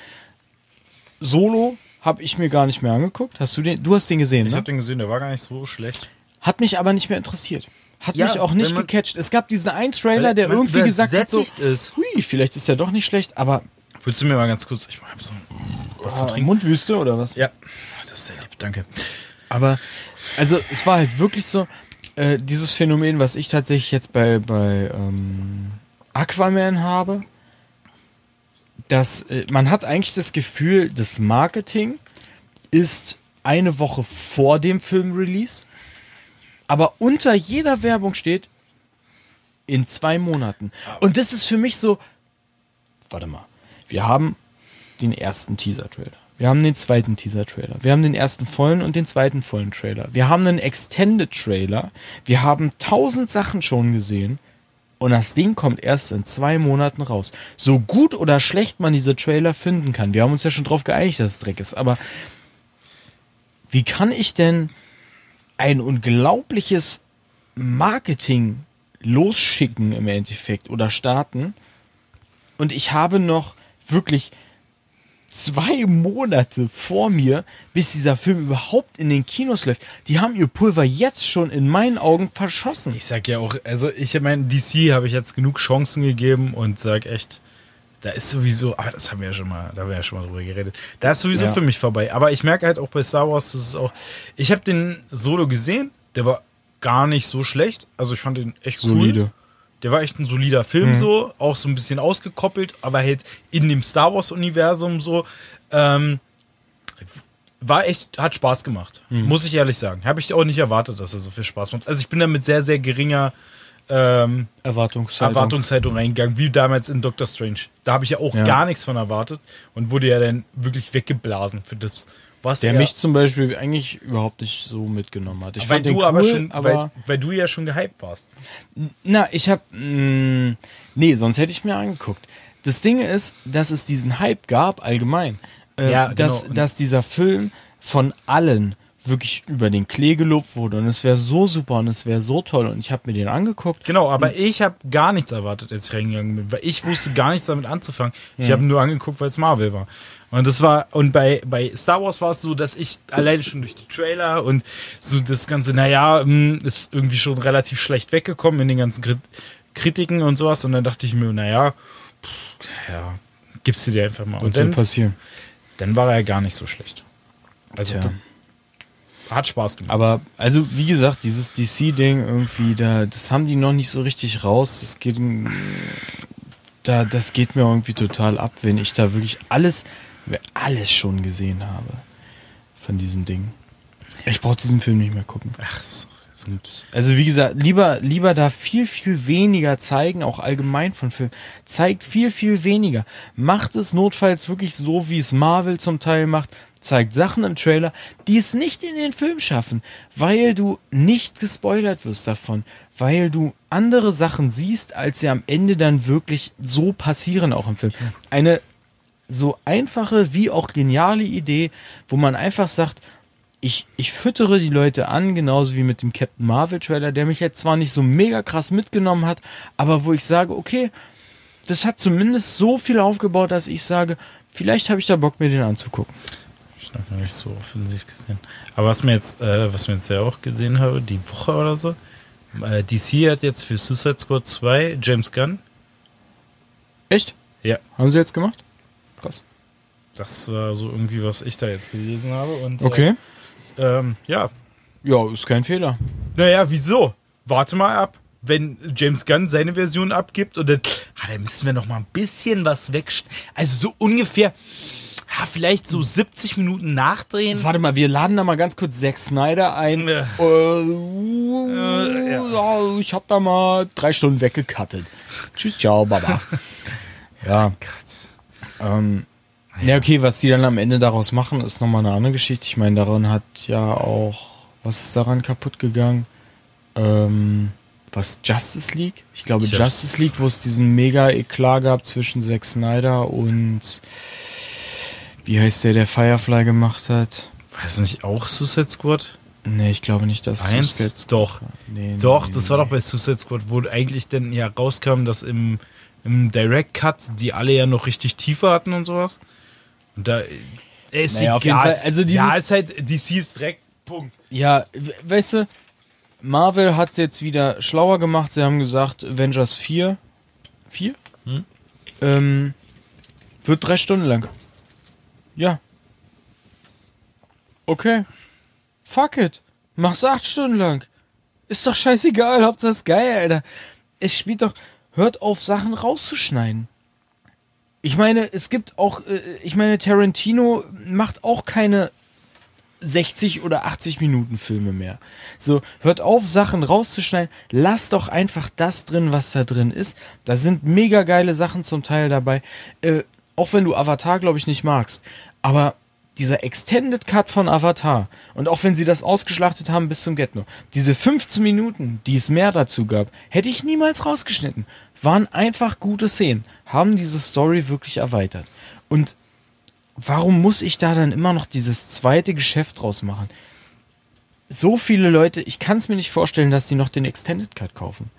S1: Solo habe ich mir gar nicht mehr angeguckt. Hast du den? Du hast den gesehen,
S2: ich
S1: ne?
S2: habe den gesehen, der war gar nicht so schlecht.
S1: Hat mich aber nicht mehr interessiert. Hat
S2: Ja,
S1: mich auch
S2: wenn
S1: nicht
S2: man-
S1: gecatcht. Es gab diesen einen Trailer,
S2: Weil
S1: der
S2: man
S1: irgendwie gesagt hat, so,
S2: übersättigt ist.
S1: hui, vielleicht ist er doch nicht schlecht, aber
S2: Willst du mir mal ganz kurz, ich habe so was zu
S1: äh,
S2: trinken?
S1: Mundwüste oder was?
S2: Ja, das ist sehr lieb, danke.
S1: Aber also es war halt wirklich so äh, dieses Phänomen, was ich tatsächlich jetzt bei bei ähm, Aquaman habe, dass äh, man hat eigentlich das Gefühl, das Marketing ist eine Woche vor dem Filmrelease, aber unter jeder Werbung steht in zwei Monaten. Und das ist für mich so. Warte mal, wir haben den ersten Teaser-Trailer. Wir haben den zweiten Teaser-Trailer. Wir haben den ersten vollen und den zweiten vollen Trailer. Wir haben einen Extended-Trailer. Wir haben tausend Sachen schon gesehen. Und das Ding kommt erst in zwei Monaten raus. So gut oder schlecht man diese Trailer finden kann. Wir haben uns ja schon drauf geeinigt, dass es Dreck ist. Aber wie kann ich denn ein unglaubliches Marketing losschicken im Endeffekt oder starten? Und ich habe noch wirklich zwei Monate vor mir, bis dieser Film überhaupt in den Kinos läuft. Die haben ihr Pulver jetzt schon in meinen Augen verschossen.
S2: Ich sag ja auch, also ich meine, DC habe ich jetzt genug Chancen gegeben und sag echt, da ist sowieso, ah, das haben wir ja schon mal, da haben wir ja schon mal drüber geredet. Da ist sowieso
S1: Ja.
S2: für mich vorbei. Aber ich merke halt auch bei Star Wars, das ist auch, ich habe den Solo gesehen, der war gar nicht so schlecht. Also ich fand den echt cool.
S1: Solide. Mhm.
S2: Der war echt ein solider Film so, auch so ein bisschen ausgekoppelt, aber halt in dem Star Wars Universum so. Ähm, war echt, hat Spaß gemacht,
S1: Mhm.
S2: muss ich ehrlich sagen. Habe ich auch nicht erwartet, dass er so viel Spaß macht. Also ich bin da mit sehr, sehr geringer ähm,
S1: Erwartungshaltung.
S2: Erwartungshaltung reingegangen, wie damals in Doctor Strange. Da habe ich ja auch
S1: Ja.
S2: gar nichts von erwartet und wurde ja dann wirklich weggeblasen für das, was
S1: Der
S2: er-
S1: mich zum Beispiel eigentlich überhaupt nicht so mitgenommen hat. Ich
S2: weil
S1: fand
S2: du
S1: den cool,
S2: aber schon,
S1: aber
S2: weil, weil du ja schon gehypt warst.
S1: Na, ich hab. Mh, nee, sonst hätte ich mir angeguckt. Das Ding ist, dass es diesen Hype gab, allgemein. Äh,
S2: Ja,
S1: dass,
S2: genau.
S1: dass dieser Film von allen wirklich über den Klee gelobt wurde und es wäre so super und es wäre so toll und ich habe mir den angeguckt.
S2: Genau, aber ich habe gar nichts erwartet, als ich reingegangen bin, weil ich wusste gar nichts damit anzufangen. Ich habe nur angeguckt, weil es Marvel war. Und das war und bei bei Star Wars war es so, dass ich alleine schon durch die Trailer und so das ganze, naja, hm, ist irgendwie schon relativ schlecht weggekommen in den ganzen Krit Kritiken und sowas. Und dann dachte ich mir, naja, pff, ja, gibst du dir einfach mal. Und
S1: Was soll
S2: dann,
S1: passieren?
S2: dann war er ja gar nicht so schlecht. Also
S1: Tja.
S2: hat Spaß gemacht.
S1: Aber, also, wie gesagt, dieses DC-Ding irgendwie, da, das haben die noch nicht so richtig raus. Das geht, da, das geht mir irgendwie total ab, wenn ich da wirklich alles, alles schon gesehen habe von diesem Ding. Ich brauche diesen Film nicht mehr gucken.
S2: Ach, so.
S1: Und also wie gesagt, lieber, lieber da viel, viel weniger zeigen, auch allgemein von Filmen. Zeigt viel, viel weniger. Macht es notfalls wirklich so, wie es Marvel zum Teil macht. Zeigt Sachen im Trailer, die es nicht in den Film schaffen, weil du nicht gespoilert wirst davon, weil du andere Sachen siehst, als sie am Ende dann wirklich so passieren, auch im Film. Eine so einfache wie auch geniale Idee, wo man einfach sagt, ich, ich füttere die Leute an, genauso wie mit dem Captain Marvel Trailer, der mich jetzt zwar nicht so mega krass mitgenommen hat, aber wo ich sage, okay, das hat zumindest so viel aufgebaut, dass ich sage, vielleicht habe ich da Bock, mir den anzugucken.
S2: Ich habe noch nicht so offensiv gesehen. Aber was mir jetzt, äh, was mir jetzt ja auch gesehen habe, die Woche oder so, äh, DC hat jetzt für Suicide Squad 2 James Gunn.
S1: Echt?
S2: Ja,
S1: Haben sie jetzt gemacht? Krass.
S2: das war so irgendwie, was ich da jetzt gelesen habe. Und, äh,
S1: Okay.
S2: ähm, ja.
S1: Ja, ist kein Fehler.
S2: Naja, wieso? Warte mal ab. Wenn James Gunn seine Version abgibt und dann, ah, dann müssen wir noch mal ein bisschen was weg. Also so ungefähr, ah, vielleicht so 70 Minuten nachdrehen.
S1: Warte mal, wir laden da mal ganz kurz Zack Snyder ein.
S2: Ja.
S1: Äh, uh, ja, Ich habe da mal drei Stunden weggekattet. Tschüss, ciao, baba. ja.
S2: Gott.
S1: Ähm, ja, okay, was die dann am Ende daraus machen, ist nochmal eine andere Geschichte. Ich meine, daran hat ja auch, was ist daran kaputt gegangen? Ähm, was, Justice League? Ich glaube,
S2: Ich hab's-
S1: Justice League, wo es diesen mega Eklat gab zwischen Zack Snyder und, wie heißt der, der Firefly gemacht hat?
S2: Weiß nicht, auch Suicide Squad?
S1: Nee, ich glaube nicht, dass
S2: Eins?
S1: Suicide Squad-
S2: Doch.
S1: Nee,
S2: Doch,
S1: nee,
S2: das
S1: nee,
S2: war doch
S1: nee.
S2: bei Suicide Squad, wo eigentlich dann ja rauskam, dass im, im Direct Cut die alle ja noch richtig Tiefe hatten und sowas. Und da äh, ist egal.
S1: Naja, auf jeden Fall, also dieses-
S2: ja, ist halt DC ist direkt Punkt.
S1: Ja, we- weißt du, Marvel hat's jetzt wieder schlauer gemacht. Sie haben gesagt, Avengers 4, 4? Ähm, wird drei Stunden lang. Ja. Okay. Fuck it. Mach's acht Stunden lang. Ist doch scheißegal, hauptsache ist geil, Alter. Es spielt doch. Hört auf, Sachen rauszuschneiden. Ich meine, es gibt auch, äh, ich meine, Tarantino macht auch keine 60 oder 80 Minuten Filme mehr. So, hört auf, Sachen rauszuschneiden. Lasst doch einfach das drin, was da drin ist. Da sind mega geile Sachen zum Teil dabei. Äh, auch wenn du Avatar, glaube ich, nicht magst. Aber dieser Extended Cut von Avatar und auch wenn sie das ausgeschlachtet haben bis zum Get-No, diese 15 Minuten, die es mehr dazu gab, hätte ich niemals rausgeschnitten. Waren einfach gute Szenen, haben diese Story wirklich erweitert. Und warum muss ich da dann immer noch dieses zweite Geschäft draus machen? So viele Leute, ich kann es mir nicht vorstellen, dass die noch den Extended Cut kaufen.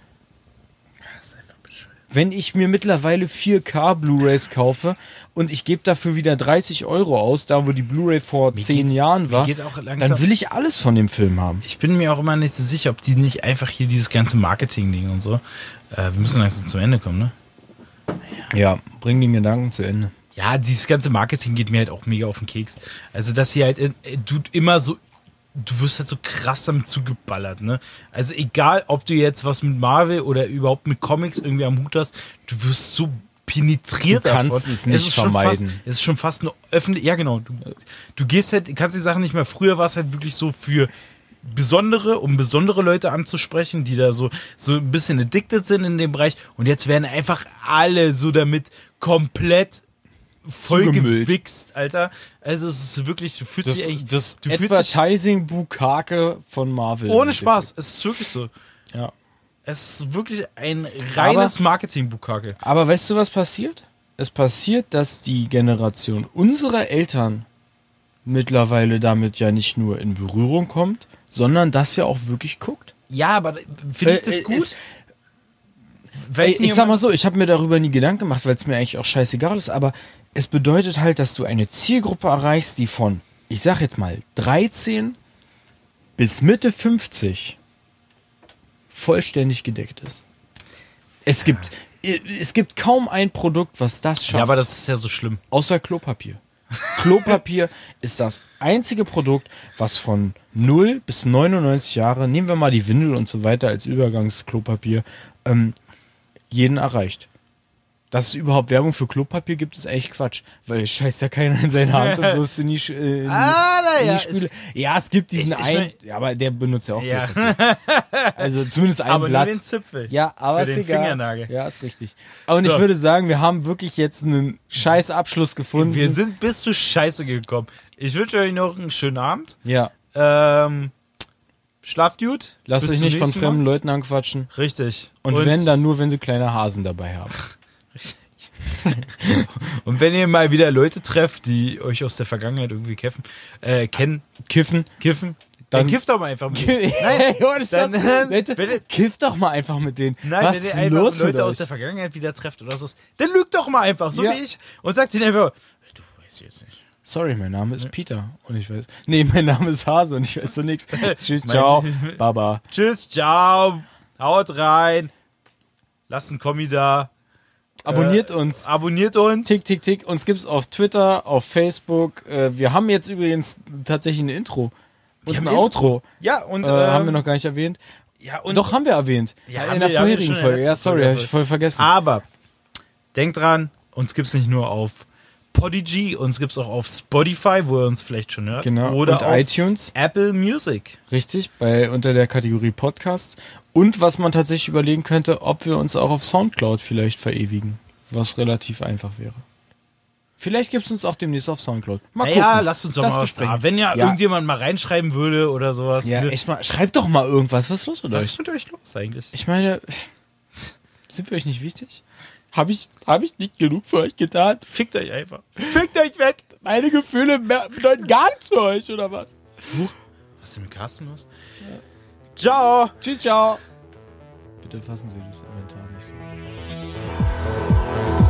S1: Wenn ich mir mittlerweile 4K Blu-rays kaufe und ich gebe dafür wieder 30 Euro aus, da wo die Blu-ray vor
S2: Mir
S1: 10
S2: geht's-
S1: Jahren
S2: mir
S1: war,
S2: geht's auch langsam-
S1: dann will ich alles von dem Film haben.
S2: Ich bin mir auch immer nicht so sicher, ob die nicht einfach hier dieses ganze Marketing-Ding und so. Äh, wir müssen langsam zum Ende kommen, ne?
S1: Ja, bring den Gedanken zu Ende.
S2: Ja, dieses ganze Marketing geht mir halt auch mega auf den Keks. Also, dass hier halt, äh, du immer so, du wirst halt so krass damit zugeballert, ne? Also, egal, ob du jetzt was mit Marvel oder überhaupt mit Comics irgendwie am Hut hast, du wirst so penetriert
S1: Du kannst
S2: davon.
S1: es nicht
S2: schon
S1: vermeiden.
S2: Fast, es ist schon fast eine öffentliche, ja genau, du, du gehst halt, kannst die Sachen nicht mehr, früher war es halt wirklich so für besondere, um besondere Leute anzusprechen, die da so, so ein bisschen addicted sind in dem Bereich und jetzt werden einfach alle so damit komplett
S1: Zugemüllt.
S2: vollgewichst, Alter. Also es ist wirklich, du fühlst dich eigentlich, du fühlst dich
S1: Advertising-Bukake von Marvel.
S2: ohne Spaß, es ist wirklich so.
S1: Ja.
S2: Es ist wirklich ein reines Marketing-Bukake.
S1: Aber weißt du, was passiert? Es passiert, dass die Generation unserer Eltern mittlerweile damit ja nicht nur in Berührung kommt, sondern das ja auch wirklich guckt.
S2: Ja, aber finde ich
S1: Äh,
S2: das
S1: äh,
S2: gut?
S1: es-
S2: Weiß
S1: ich,
S2: nicht,
S1: ich
S2: ob
S1: sag
S2: man-
S1: mal so, ich habe mir darüber nie Gedanken gemacht, weil es mir eigentlich auch scheißegal ist, aber es bedeutet halt, dass du eine Zielgruppe erreichst, die von, ich sag jetzt mal, 13 bis Mitte 50 vollständig gedeckt ist. Es gibt es gibt kaum ein Produkt, was das schafft,
S2: Ja, aber das ist ja so schlimm.
S1: außer Klopapier. Klopapier ist das einzige Produkt, was von 0 bis 99 Jahre, nehmen wir mal die Windel und so weiter als Übergangsklopapier, ähm, jeden erreicht. Dass es überhaupt Werbung für Klopapier gibt, ist eigentlich Quatsch. Weil es scheißt ja keiner in seine Hand und wirst in die, Sch- äh, in die,
S2: Ah, na
S1: in die
S2: ja,
S1: Spüle. Ja, es gibt diesen
S2: Ich- ich
S1: einen,
S2: mein-
S1: ja, aber der benutzt ja auch
S2: Ja.
S1: Klopapier. Also zumindest ein
S2: Aber
S1: Blatt.
S2: nur den Zipfel.
S1: Ja, aber
S2: Für
S1: ist
S2: den
S1: egal.
S2: Fingernagel.
S1: Ja, ist richtig. Und
S2: So.
S1: ich würde sagen, wir haben wirklich jetzt einen scheiß Abschluss gefunden.
S2: Wir sind bis zu Scheiße gekommen. Ich wünsche euch noch einen schönen Abend.
S1: ja,
S2: Ähm, schlaft gut.
S1: lasst
S2: Bis
S1: euch
S2: zum
S1: nicht von
S2: nächsten
S1: fremden
S2: Mal.
S1: Leuten anquatschen.
S2: Richtig.
S1: Und, wenn, dann nur, wenn sie kleine Hasen dabei haben.
S2: Und wenn ihr mal wieder Leute trefft, die euch aus der Vergangenheit irgendwie kämpfen, äh, kennen,
S1: Kiffen.
S2: kiffen, dann,
S1: Dann-
S2: kifft doch mal einfach mit.
S1: Hey, ohne Scheiß.
S2: dann-
S1: Leute,
S2: wenn ihr-
S1: kiff doch mal einfach mit denen.
S2: Nein,
S1: Was
S2: wenn ihr
S1: ist
S2: einfach
S1: los mit
S2: Leute aus
S1: euch?
S2: der Vergangenheit wieder trefft oder so, dann lügt doch mal einfach, so
S1: Ja.
S2: wie ich. Und sagt ihnen einfach, du weißt jetzt nicht.
S1: Sorry, mein Name ist Peter und ich weiß. Nee, mein Name ist Hase und ich weiß so nichts. Tschüss,
S2: Mein-
S1: ciao, baba.
S2: Tschüss, ciao, haut rein, lasst einen Kommi da,
S1: Abonniert uns.
S2: abonniert uns.
S1: Tick, tick, tick. Uns gibt's auf Twitter, auf Facebook. Äh, Wir haben jetzt übrigens tatsächlich ein Intro und
S2: Wir
S1: ein
S2: haben Intro.
S1: Outro.
S2: Ja, und ähm,
S1: Äh, haben wir noch gar nicht erwähnt.
S2: ja, und
S1: Doch, haben wir erwähnt.
S2: Ja,
S1: in
S2: haben
S1: der
S2: wir- ja, haben wir schon
S1: vorherigen
S2: in der letzten
S1: Folge. Ja, sorry,
S2: Folge
S1: habe ich voll vergessen.
S2: Aber denkt dran, uns gibt's nicht nur auf Podigy, uns gibt's auch auf Spotify, wo ihr uns vielleicht schon hört.
S1: genau.
S2: Oder
S1: und
S2: auf
S1: iTunes,
S2: Apple Music.
S1: richtig, bei unter der Kategorie Podcast. Und was man tatsächlich überlegen könnte, ob wir uns auch auf Soundcloud vielleicht verewigen. Was relativ einfach wäre. Vielleicht gibt's uns auch demnächst auf Soundcloud. Mal
S2: Naja,
S1: gucken.
S2: lasst uns doch
S1: Das
S2: mal was
S1: besprechen.
S2: da. Wenn ja,
S1: Ja.
S2: irgendjemand mal reinschreiben würde oder sowas.
S1: Ja,
S2: ne?
S1: echt mal, schreibt doch mal irgendwas. Was ist los mit
S2: Was
S1: euch?
S2: ist mit euch los eigentlich?
S1: Ich meine, sind wir euch nicht wichtig? Habe ich, hab ich nicht genug für euch getan?
S2: Fickt euch einfach. Fickt euch weg!
S1: Meine Gefühle mehr- bedeuten gar nichts für euch, oder was?
S2: Was ist denn mit Carsten los? Ciao!
S1: Tschüss, ciao. Bitte fassen Sie das Inventar nicht so.